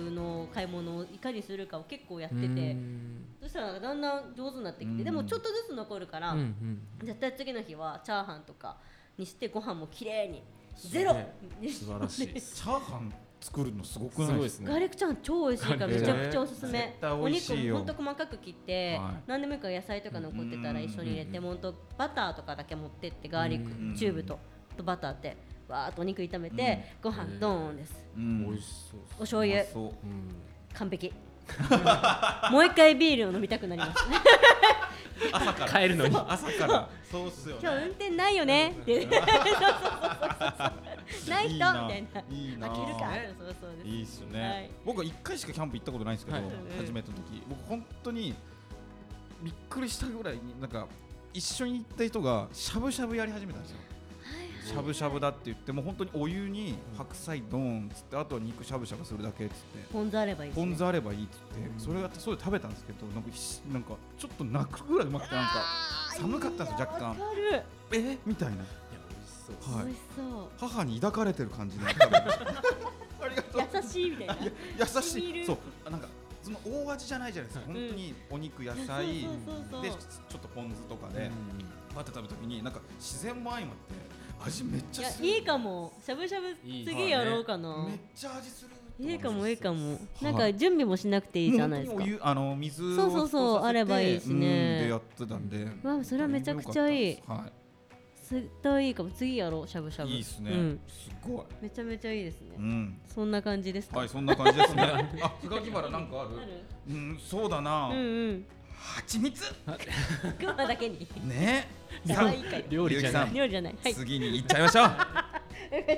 Speaker 3: プの買い物をいかにするかを結構やっ
Speaker 6: う
Speaker 3: てて
Speaker 6: ん
Speaker 3: そしたらだんだん上手になってき
Speaker 4: うん
Speaker 3: てでもちょっとずつ残るか
Speaker 6: う
Speaker 3: ら
Speaker 6: んうん
Speaker 3: 絶対次の日はチャーハンとかにしてご飯も綺麗にゼロ
Speaker 6: ね素晴らしいです
Speaker 4: チャーハン作るのすごく
Speaker 6: す
Speaker 4: ない
Speaker 6: ごいです
Speaker 3: ガー
Speaker 6: ね
Speaker 3: リックチャーハン超美味しいからめちゃくちゃおすすめ、
Speaker 4: 絶対
Speaker 3: お
Speaker 4: 美味
Speaker 3: 肉
Speaker 4: しいよ
Speaker 3: もほんと細かく切って、
Speaker 4: はい
Speaker 3: 何でもいいから野菜とか残ってたら一緒に入れて
Speaker 4: うん
Speaker 3: ほんとバターとかだけ持ってってガーリ
Speaker 6: う
Speaker 3: ッ
Speaker 4: ん
Speaker 3: クチューブととバターってわーっとお肉炒めて、ご飯ドーンです
Speaker 4: うん
Speaker 6: 美味しそう
Speaker 3: お醤油
Speaker 4: うまそう
Speaker 6: うん
Speaker 3: 完 璧もう一回ビールを飲みたくなりま したね
Speaker 4: 朝から
Speaker 6: 帰るのに
Speaker 4: 朝からそうっすよね
Speaker 3: 今日運転ないよねって そうそうそうそうない人みたな
Speaker 4: いいないないいな
Speaker 3: あ着るか
Speaker 4: ね
Speaker 3: そうそうです
Speaker 4: いいっすよね、
Speaker 3: はい
Speaker 4: 僕は1回しかキャンプ行ったことないんですけど、
Speaker 6: はい
Speaker 4: 初めての時僕本当にびっくりしたぐらいになんか一緒に行った人がしゃぶしゃぶやり始めたんですよしゃぶしゃぶだって言ってもう本当にお湯に白菜ドーンっつってあとは肉しゃぶしゃぶするだけっつって
Speaker 3: ポン酢あればいいです
Speaker 4: ポ
Speaker 3: ね
Speaker 4: ン酢あればいいっつってそれがそれで食べたんですけどなんかひなんかちょっと泣くぐらいうまくてなんか寒かったんですよ若干
Speaker 3: わかる
Speaker 4: えみたいな
Speaker 6: や美味しそう
Speaker 4: は
Speaker 3: 美
Speaker 4: い
Speaker 3: 味しそう
Speaker 4: 母に抱かれてる感じで食べましたありが とう
Speaker 3: 優しいみたいな。
Speaker 4: 優し
Speaker 3: ビー
Speaker 4: い
Speaker 3: ル
Speaker 4: そうあなんかその大味じゃないじゃないですか、本当にお肉野菜でち
Speaker 3: そうそうそうそう
Speaker 4: ょっとポン酢とかで、バター食べた時になんか自然も相まって味めっちゃす
Speaker 3: い
Speaker 4: る
Speaker 3: やいいかもしゃぶしゃぶ
Speaker 6: いい
Speaker 3: 次やろうかな
Speaker 4: めっちゃ味する
Speaker 3: いいかもいいかも
Speaker 4: は
Speaker 3: ないんか準備もしなくていいじゃないです
Speaker 4: もう
Speaker 3: か
Speaker 4: 本当にお湯あの水を
Speaker 3: そうそうそう
Speaker 4: 沸騰させて
Speaker 3: あればいいしね
Speaker 4: うんでやってたんで
Speaker 3: うわそれはめちゃくちゃいい
Speaker 4: 良かったです
Speaker 3: っといいかも次やろうしゃぶしゃ
Speaker 4: い
Speaker 3: ぶ
Speaker 4: いいですね、
Speaker 3: うん
Speaker 4: すごい
Speaker 3: めちゃめちゃいいですね
Speaker 4: うん
Speaker 3: そんな感じですか
Speaker 4: はいそんな感じですね あ榊原なんかある
Speaker 3: ある
Speaker 4: うんそうだな
Speaker 3: うんうん
Speaker 4: 蜂蜜
Speaker 3: 群馬だけ に
Speaker 4: ね
Speaker 3: 可愛いかよ
Speaker 6: 料理じゃない
Speaker 4: ゆうき
Speaker 3: 料理じゃないはい
Speaker 4: 次に行っちゃいましょう
Speaker 6: 素晴らしい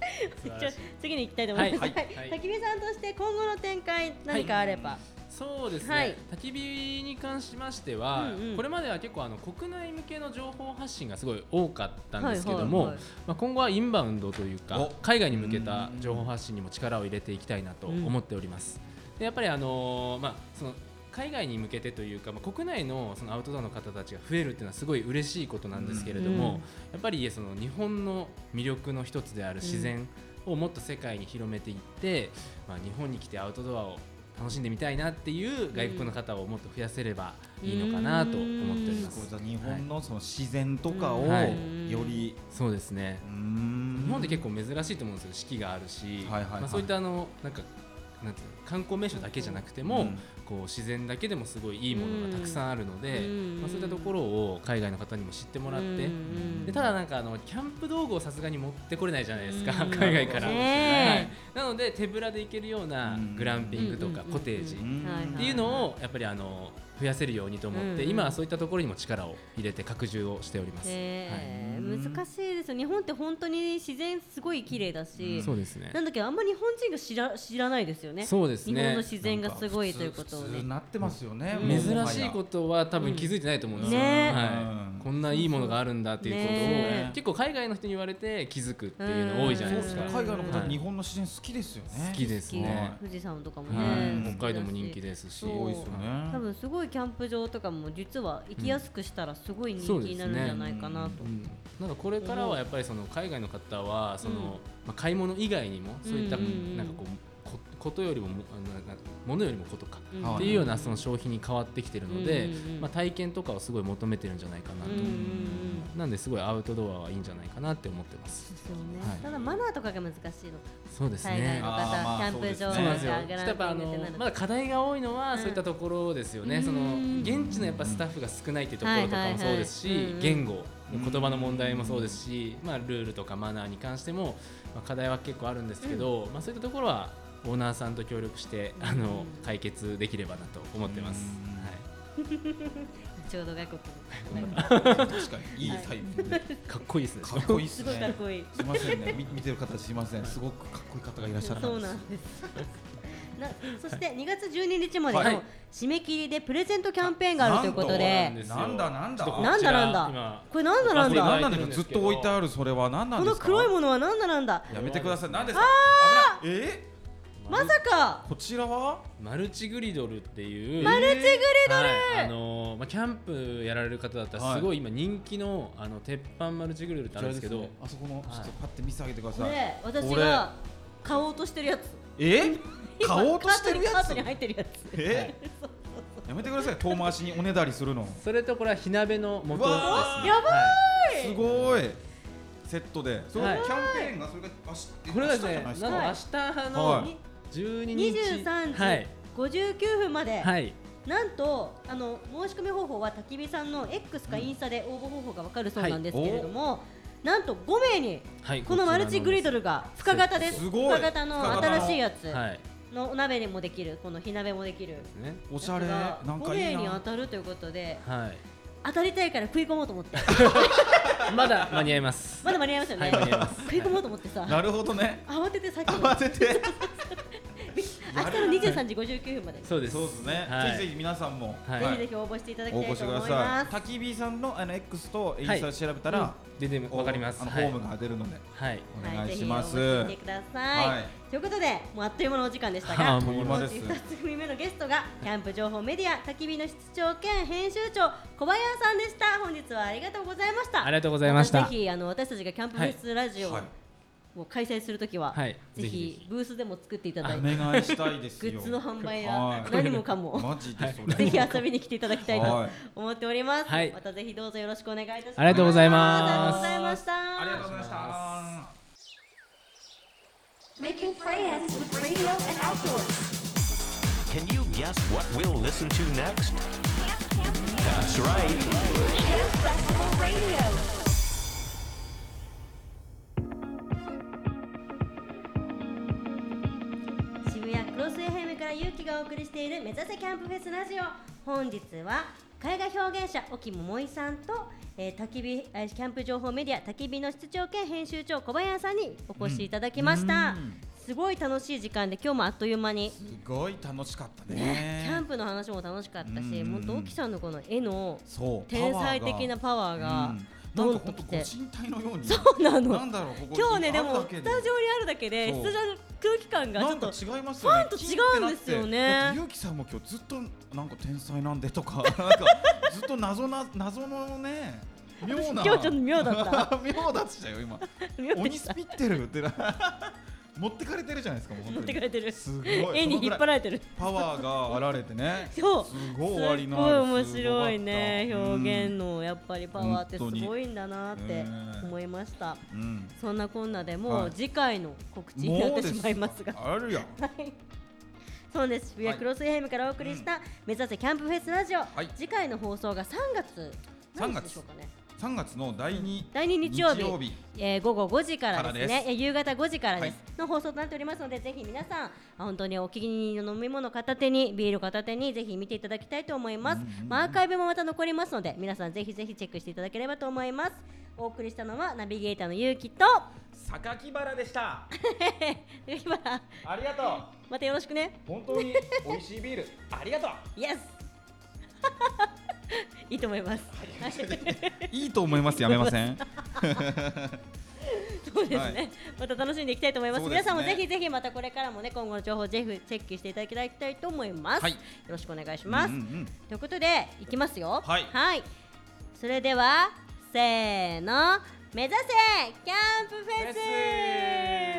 Speaker 3: ちょ次に行きたいと思います、
Speaker 6: はいは
Speaker 3: はいい
Speaker 6: はい
Speaker 3: 焚き火さんとして今後の展開何かあれば、
Speaker 6: そうですね、
Speaker 3: はい
Speaker 6: 焚き火に関しましては、
Speaker 3: うんうん
Speaker 6: これまでは結構あの国内向けの情報発信がすごい多かったんですけど
Speaker 3: は
Speaker 6: も、
Speaker 3: いはいはい
Speaker 6: まあ、今後はインバウンドというか
Speaker 4: お
Speaker 6: 海外に向けた情報発信にも力を入れていきたいなと思っております。でやっぱりあのーまあその海外に向けてというか、まあ、国内のそのアウトドアの方たちが増えるっていうのはすごい嬉しいことなんですけれども、
Speaker 3: うん
Speaker 6: やっぱりその日本の魅力の一つである自然をもっと世界に広めていって、まあ、日本に来てアウトドアを楽しんでみたいなっていう外国の方をもっと増やせればいいのかなと思っております。
Speaker 4: こうじゃあ日本のその自然とかを
Speaker 6: はい
Speaker 4: より
Speaker 6: そうですね、
Speaker 4: うーん
Speaker 6: 日本って結構珍しいと思うんですよ四季があるし、
Speaker 4: はいはいはい
Speaker 6: まあ、そういったあのなんかなんていうの観光名所だけじゃなくても、
Speaker 4: うん
Speaker 6: こう自然だけでもすごいいいものがたくさんあるので、
Speaker 3: うん
Speaker 6: まあ、そういったところを海外の方にも知ってもらって、
Speaker 3: うん
Speaker 6: でただなんかあのキャンプ道具をさすがに持ってこれないじゃないですか、
Speaker 3: うん
Speaker 6: 海外から、はい
Speaker 3: ね、
Speaker 6: なので手ぶらで行けるような
Speaker 4: うん
Speaker 6: グランピングとか
Speaker 3: うん
Speaker 6: コテージっ
Speaker 3: うん
Speaker 4: うん
Speaker 3: はいはい
Speaker 6: ていうのをやっぱりあの増やせるようにと思って、
Speaker 3: うん
Speaker 6: 今はそういったところにも力を入れて拡充をしております、
Speaker 3: えー
Speaker 4: はい
Speaker 3: 難しいですよ日本って本当に自然すごい綺麗だし、
Speaker 6: そうですね
Speaker 3: なんだっけあんまり日本人が知ら知らないですよね
Speaker 6: そうですね
Speaker 3: 日本の自然がすごいということを
Speaker 4: 普通
Speaker 3: ね
Speaker 4: になってますよね、
Speaker 3: うん
Speaker 4: もうも
Speaker 6: 珍
Speaker 4: は
Speaker 6: し
Speaker 4: や
Speaker 6: いことは多分気づいてないと思うんですよ、
Speaker 3: うんね
Speaker 6: は
Speaker 4: う
Speaker 6: い、
Speaker 4: ん
Speaker 6: こんないいものがあるんだっていうことを、
Speaker 3: ね
Speaker 6: 結構海外の人に言われて気づくっていうの多いじゃないですか、
Speaker 3: うん
Speaker 4: 海外の
Speaker 6: は
Speaker 4: 方
Speaker 6: い
Speaker 4: 日本の自然好きですよね
Speaker 6: 好きですね、
Speaker 3: 富士山とかもね、
Speaker 6: はい
Speaker 4: うん
Speaker 6: 北海道も人気ですし
Speaker 3: そう
Speaker 4: 多いですよね
Speaker 3: 多分すごいキャンプ場とかも実は行きやすくしたらすごい人気になるんじゃないかなと、
Speaker 6: うんなんかこれからはやっぱりその海外の方はその、
Speaker 3: うん
Speaker 6: まあ、買い物以外にもそういった
Speaker 3: うんうんうん
Speaker 6: なんかこうこことよりももあのなんか物よりもことか
Speaker 3: うん
Speaker 4: はい
Speaker 6: っていうようなその消費に変わってきてるので、
Speaker 3: うんうんうん
Speaker 6: まあ、体験とかをすごい求めてるんじゃないかなと、
Speaker 3: うんうんうん
Speaker 6: なんですごいアウトドアはいいんじゃないかなって思ってます
Speaker 3: ですよね、
Speaker 6: はい
Speaker 3: ただマナーとかが難しいの、
Speaker 6: そうです
Speaker 3: 海外
Speaker 6: ね
Speaker 3: の
Speaker 4: あーまあ
Speaker 3: 方、キャンプ場
Speaker 6: そう
Speaker 3: と
Speaker 6: なんですよ
Speaker 3: か、グラ
Speaker 6: やっぱあ
Speaker 3: ンピング
Speaker 6: の
Speaker 3: ってなる
Speaker 6: まだ課題が多いのは、そういったところですよね、
Speaker 3: うん
Speaker 6: その現地のやっぱスタッフが少ないってところとかもそうですし、
Speaker 3: はいはいはいうん
Speaker 6: 言語言葉の問題もそうですし、まあ、ルールとかマナーに関しても、まあ、課題は結構あるんですけど、まあ、そういったところはオーナーさんと協力してあの解決できればなと思ってます。
Speaker 4: うん
Speaker 6: はい
Speaker 3: ちょうど外国 のなんか
Speaker 4: 確かにいいタイプで
Speaker 6: かっこいいですね。
Speaker 4: かっこいいっ
Speaker 3: す
Speaker 4: すね
Speaker 3: ごいかっこいい。
Speaker 4: すいませんねみ見てる方すいませんすごくかっこいい方がいらっしゃる
Speaker 3: そうなんです。なそして2月12日まで
Speaker 4: はい
Speaker 3: の締め切りでプレゼントキャンペーンがあるということ
Speaker 6: ん
Speaker 3: で、
Speaker 6: ですよ
Speaker 4: なんだなんだ
Speaker 6: ちょっと
Speaker 4: な
Speaker 3: な
Speaker 6: こ
Speaker 3: ん
Speaker 6: ち
Speaker 3: だ
Speaker 6: ら
Speaker 3: なんだ
Speaker 6: 今、
Speaker 3: これなんだな
Speaker 4: こ
Speaker 3: ん
Speaker 4: れ何
Speaker 3: だ、
Speaker 4: なんですかずっと置いてあるそれは何な
Speaker 3: こ
Speaker 4: んで
Speaker 3: の
Speaker 4: すか
Speaker 3: 黒いものは何だなんだ、
Speaker 4: やめてください何ですか危ないえ
Speaker 3: まさか
Speaker 4: こちらは
Speaker 6: マルチグリドルっていう。
Speaker 4: マルチグリ
Speaker 6: はい、あのーまあ、キャンプやられる方だったらすご
Speaker 4: はい
Speaker 6: 今人気のあの鉄板マルチグリルってあるんですけど
Speaker 4: あそこのちょっ
Speaker 6: はい
Speaker 4: とパッて見せてあげてくだ
Speaker 3: こ
Speaker 4: さい
Speaker 3: れ私が買おうとしてるやつ、
Speaker 4: え買おうとしてる
Speaker 3: カ
Speaker 4: や
Speaker 3: ート
Speaker 4: つ
Speaker 3: に入ってるやつ。
Speaker 4: えやめてください遠回しにおねだりす るの
Speaker 6: それとこれは火鍋の元
Speaker 4: う
Speaker 6: ですね
Speaker 4: わー
Speaker 3: やばい
Speaker 4: すごいセットでそのキ
Speaker 6: は
Speaker 4: ャ
Speaker 6: い
Speaker 4: ンペーンがそれが明日
Speaker 6: これはです
Speaker 4: 明日じ
Speaker 6: ね
Speaker 4: ゃないです
Speaker 6: な
Speaker 4: か
Speaker 6: んと
Speaker 3: はい
Speaker 4: は
Speaker 6: 明日の
Speaker 4: い
Speaker 6: 12日
Speaker 3: 23
Speaker 6: は
Speaker 3: 時
Speaker 6: い、
Speaker 3: 59分まで、
Speaker 6: はい、
Speaker 3: なんとあの申し込み方法はたきびさんの X かインスタで応募方法がわかるそうなんですけれども、なんと5名に
Speaker 6: はい
Speaker 3: このマルチグリド
Speaker 6: ル
Speaker 3: ルが深型です
Speaker 4: すごい
Speaker 3: 深型の
Speaker 4: 深型の
Speaker 3: 新しいやつ
Speaker 6: はい
Speaker 3: のお鍋にもできるこの火鍋もできる
Speaker 6: ね
Speaker 4: おしゃれ
Speaker 3: やつが
Speaker 4: なんかいい
Speaker 3: 5名に
Speaker 4: な
Speaker 3: 当たるということで
Speaker 6: は
Speaker 3: 当たりたいから食い込もうと 思って
Speaker 6: い、まだ間に合います
Speaker 3: まだ間に合いますよね、
Speaker 6: はい間に合います
Speaker 3: 食い込もうと思ってさ、
Speaker 4: なるほどね
Speaker 3: 慌てて先に
Speaker 4: 慌てて
Speaker 3: 明日の23時59分までぜ
Speaker 6: そうです
Speaker 4: そうですね、
Speaker 6: は
Speaker 4: ぜ
Speaker 6: い、
Speaker 4: ひぜひ皆さんも、
Speaker 6: はい
Speaker 3: ひぜひ応募していただき
Speaker 4: 応
Speaker 3: た
Speaker 4: 募
Speaker 3: い
Speaker 4: し
Speaker 3: と
Speaker 4: てくだ
Speaker 3: 思い
Speaker 4: さ
Speaker 3: ま
Speaker 4: い
Speaker 3: す
Speaker 4: 焚き火さんのあの X とインスタで調べたら、
Speaker 6: ででもわかります
Speaker 4: あの、
Speaker 6: はい
Speaker 4: ホームが出るので
Speaker 6: はい
Speaker 4: お願いします、
Speaker 3: はい、ぜひ応募してみてください、
Speaker 4: はい
Speaker 3: ということでもうあっという間のお時間でした
Speaker 6: は
Speaker 3: が
Speaker 6: い
Speaker 4: もう今
Speaker 3: 本
Speaker 4: で
Speaker 3: 日
Speaker 4: す
Speaker 3: 2つ組目のゲストがキャンプ情報メディア焚き火の室長兼編集長小林さんでした本日はありがとうございました
Speaker 6: ありがとうございました
Speaker 3: ぜひあの私たちがキャンプフェスラジオを
Speaker 4: はい
Speaker 3: もう開催するときは、
Speaker 6: はい
Speaker 3: ぜ
Speaker 6: ぜひぜ
Speaker 3: ひ
Speaker 6: ひ
Speaker 3: ブースでも作っていた
Speaker 4: お
Speaker 3: だいて、
Speaker 4: 願いしたいです
Speaker 3: グ
Speaker 4: よ。
Speaker 3: ッズの販売
Speaker 4: は
Speaker 3: や
Speaker 4: い
Speaker 3: 何もかも、
Speaker 4: マジでそれ。
Speaker 3: ぜひ遊びに来ていただきたいと
Speaker 4: はい
Speaker 3: 思っております。
Speaker 6: はい
Speaker 3: またぜひどうぞよろしくお願いいたします。
Speaker 6: ありがとうございま
Speaker 3: ありがとう
Speaker 6: す
Speaker 3: ございました。
Speaker 4: ありがとうございました。
Speaker 1: Making friends with radio and outdoors.
Speaker 2: Can you guess what we'll listen to next?
Speaker 1: Camp, camp, camp.
Speaker 2: That's right.
Speaker 1: Camp Festival Radio.
Speaker 3: 渋谷クロス FM から勇気がお送りしている「目指せキャンプフェスラジオ」本日は絵画表現者沖桃井さんと、えー、焚き火えーキャンプ情報メディア焚き火の室長兼編集長小林さんにお越しいただきました、
Speaker 4: うん
Speaker 3: すごい楽しい時間で今日もあっという間に、
Speaker 4: すごい楽しかった
Speaker 3: ね
Speaker 4: ね。
Speaker 3: キャンプの話も楽しかったし
Speaker 4: うん
Speaker 3: もっと沖さんのこの絵の
Speaker 4: そう。
Speaker 3: 天才的なパワー
Speaker 4: パ
Speaker 3: が
Speaker 4: ワーが
Speaker 3: ド
Speaker 4: うん
Speaker 3: ン
Speaker 4: なんか
Speaker 3: と
Speaker 4: 本
Speaker 3: き
Speaker 4: 当
Speaker 3: て、
Speaker 4: ご神体のように。
Speaker 3: そうなの
Speaker 4: なんだろうここ
Speaker 3: 今日ねでも
Speaker 4: ある
Speaker 3: ス
Speaker 4: だけ
Speaker 3: タジオにあるだけで
Speaker 4: そう
Speaker 3: スタジオの空気感がち
Speaker 4: な
Speaker 3: ょっ
Speaker 4: んか
Speaker 3: と
Speaker 4: 違いますよね。
Speaker 3: ファンと違うんですよね
Speaker 4: だってゆうきさんも今日ずっとなんか天才なんで とかなんかずっと謎な謎のね妙な
Speaker 3: 私今日ちょっと妙だった
Speaker 4: 妙だっしたよ今
Speaker 3: 妙で
Speaker 4: 鬼
Speaker 3: した
Speaker 4: スピってるってな 持ってかれてるじゃないですかもう本当
Speaker 3: 持
Speaker 4: に
Speaker 3: ってくれてる
Speaker 4: すごい
Speaker 3: 絵に引っ張られてる
Speaker 4: パワーがあられてね
Speaker 3: そう
Speaker 4: す
Speaker 3: す
Speaker 4: ごい
Speaker 3: っ
Speaker 4: 終わりの
Speaker 3: ごい
Speaker 4: ある
Speaker 3: 面白いね
Speaker 4: すごかった
Speaker 3: 表現のやっぱりパワーってすごいんだなって
Speaker 4: 本当に
Speaker 3: 思いました
Speaker 4: うんうん
Speaker 3: そんなこんなでも
Speaker 4: は
Speaker 3: う
Speaker 4: い
Speaker 3: 次回の告知になってしまいますが
Speaker 4: もうですかあるやん
Speaker 3: はいそうです渋谷クロス FM からお送りした「目指せキャンプフェスラジオ
Speaker 4: はい」
Speaker 3: 次回の放送が3月何
Speaker 4: 3月
Speaker 3: 日でしょうかね
Speaker 4: 3月の第2
Speaker 3: 第2日曜日
Speaker 4: 日曜日
Speaker 3: えー午後5時からです
Speaker 4: から
Speaker 3: ね
Speaker 4: です
Speaker 3: えー夕方5時からです、
Speaker 4: はい
Speaker 3: の放送となっておりますのでぜひ皆さんあ本当にお気に入りの飲み物片手にビール片手にぜひ見ていただきたいと思います、まあアーカイブもまた残りますので皆さんぜひぜひチェックしていただければと思いますお送りしたのはナビゲーターのゆうきと
Speaker 7: 榊原でした
Speaker 3: ゆうきばら
Speaker 7: ありがとう
Speaker 3: またよろしくね
Speaker 7: 本当に美味しいビールありがとう
Speaker 3: イエス いいと思います、はい、そうで
Speaker 4: いいと思いますやめ ません
Speaker 3: すね、
Speaker 4: はい
Speaker 3: また楽しんでいきたいと思います
Speaker 4: そうで
Speaker 3: 皆
Speaker 4: すね
Speaker 3: さんもぜひぜひまたこれからもね今後の情報をぜひチェックしていただきたいと思います、
Speaker 4: はい
Speaker 3: よろしくお願いします、
Speaker 4: うんうんうん
Speaker 3: ということでいきますよ
Speaker 4: はい
Speaker 3: それではせーの目指せキャンプフェス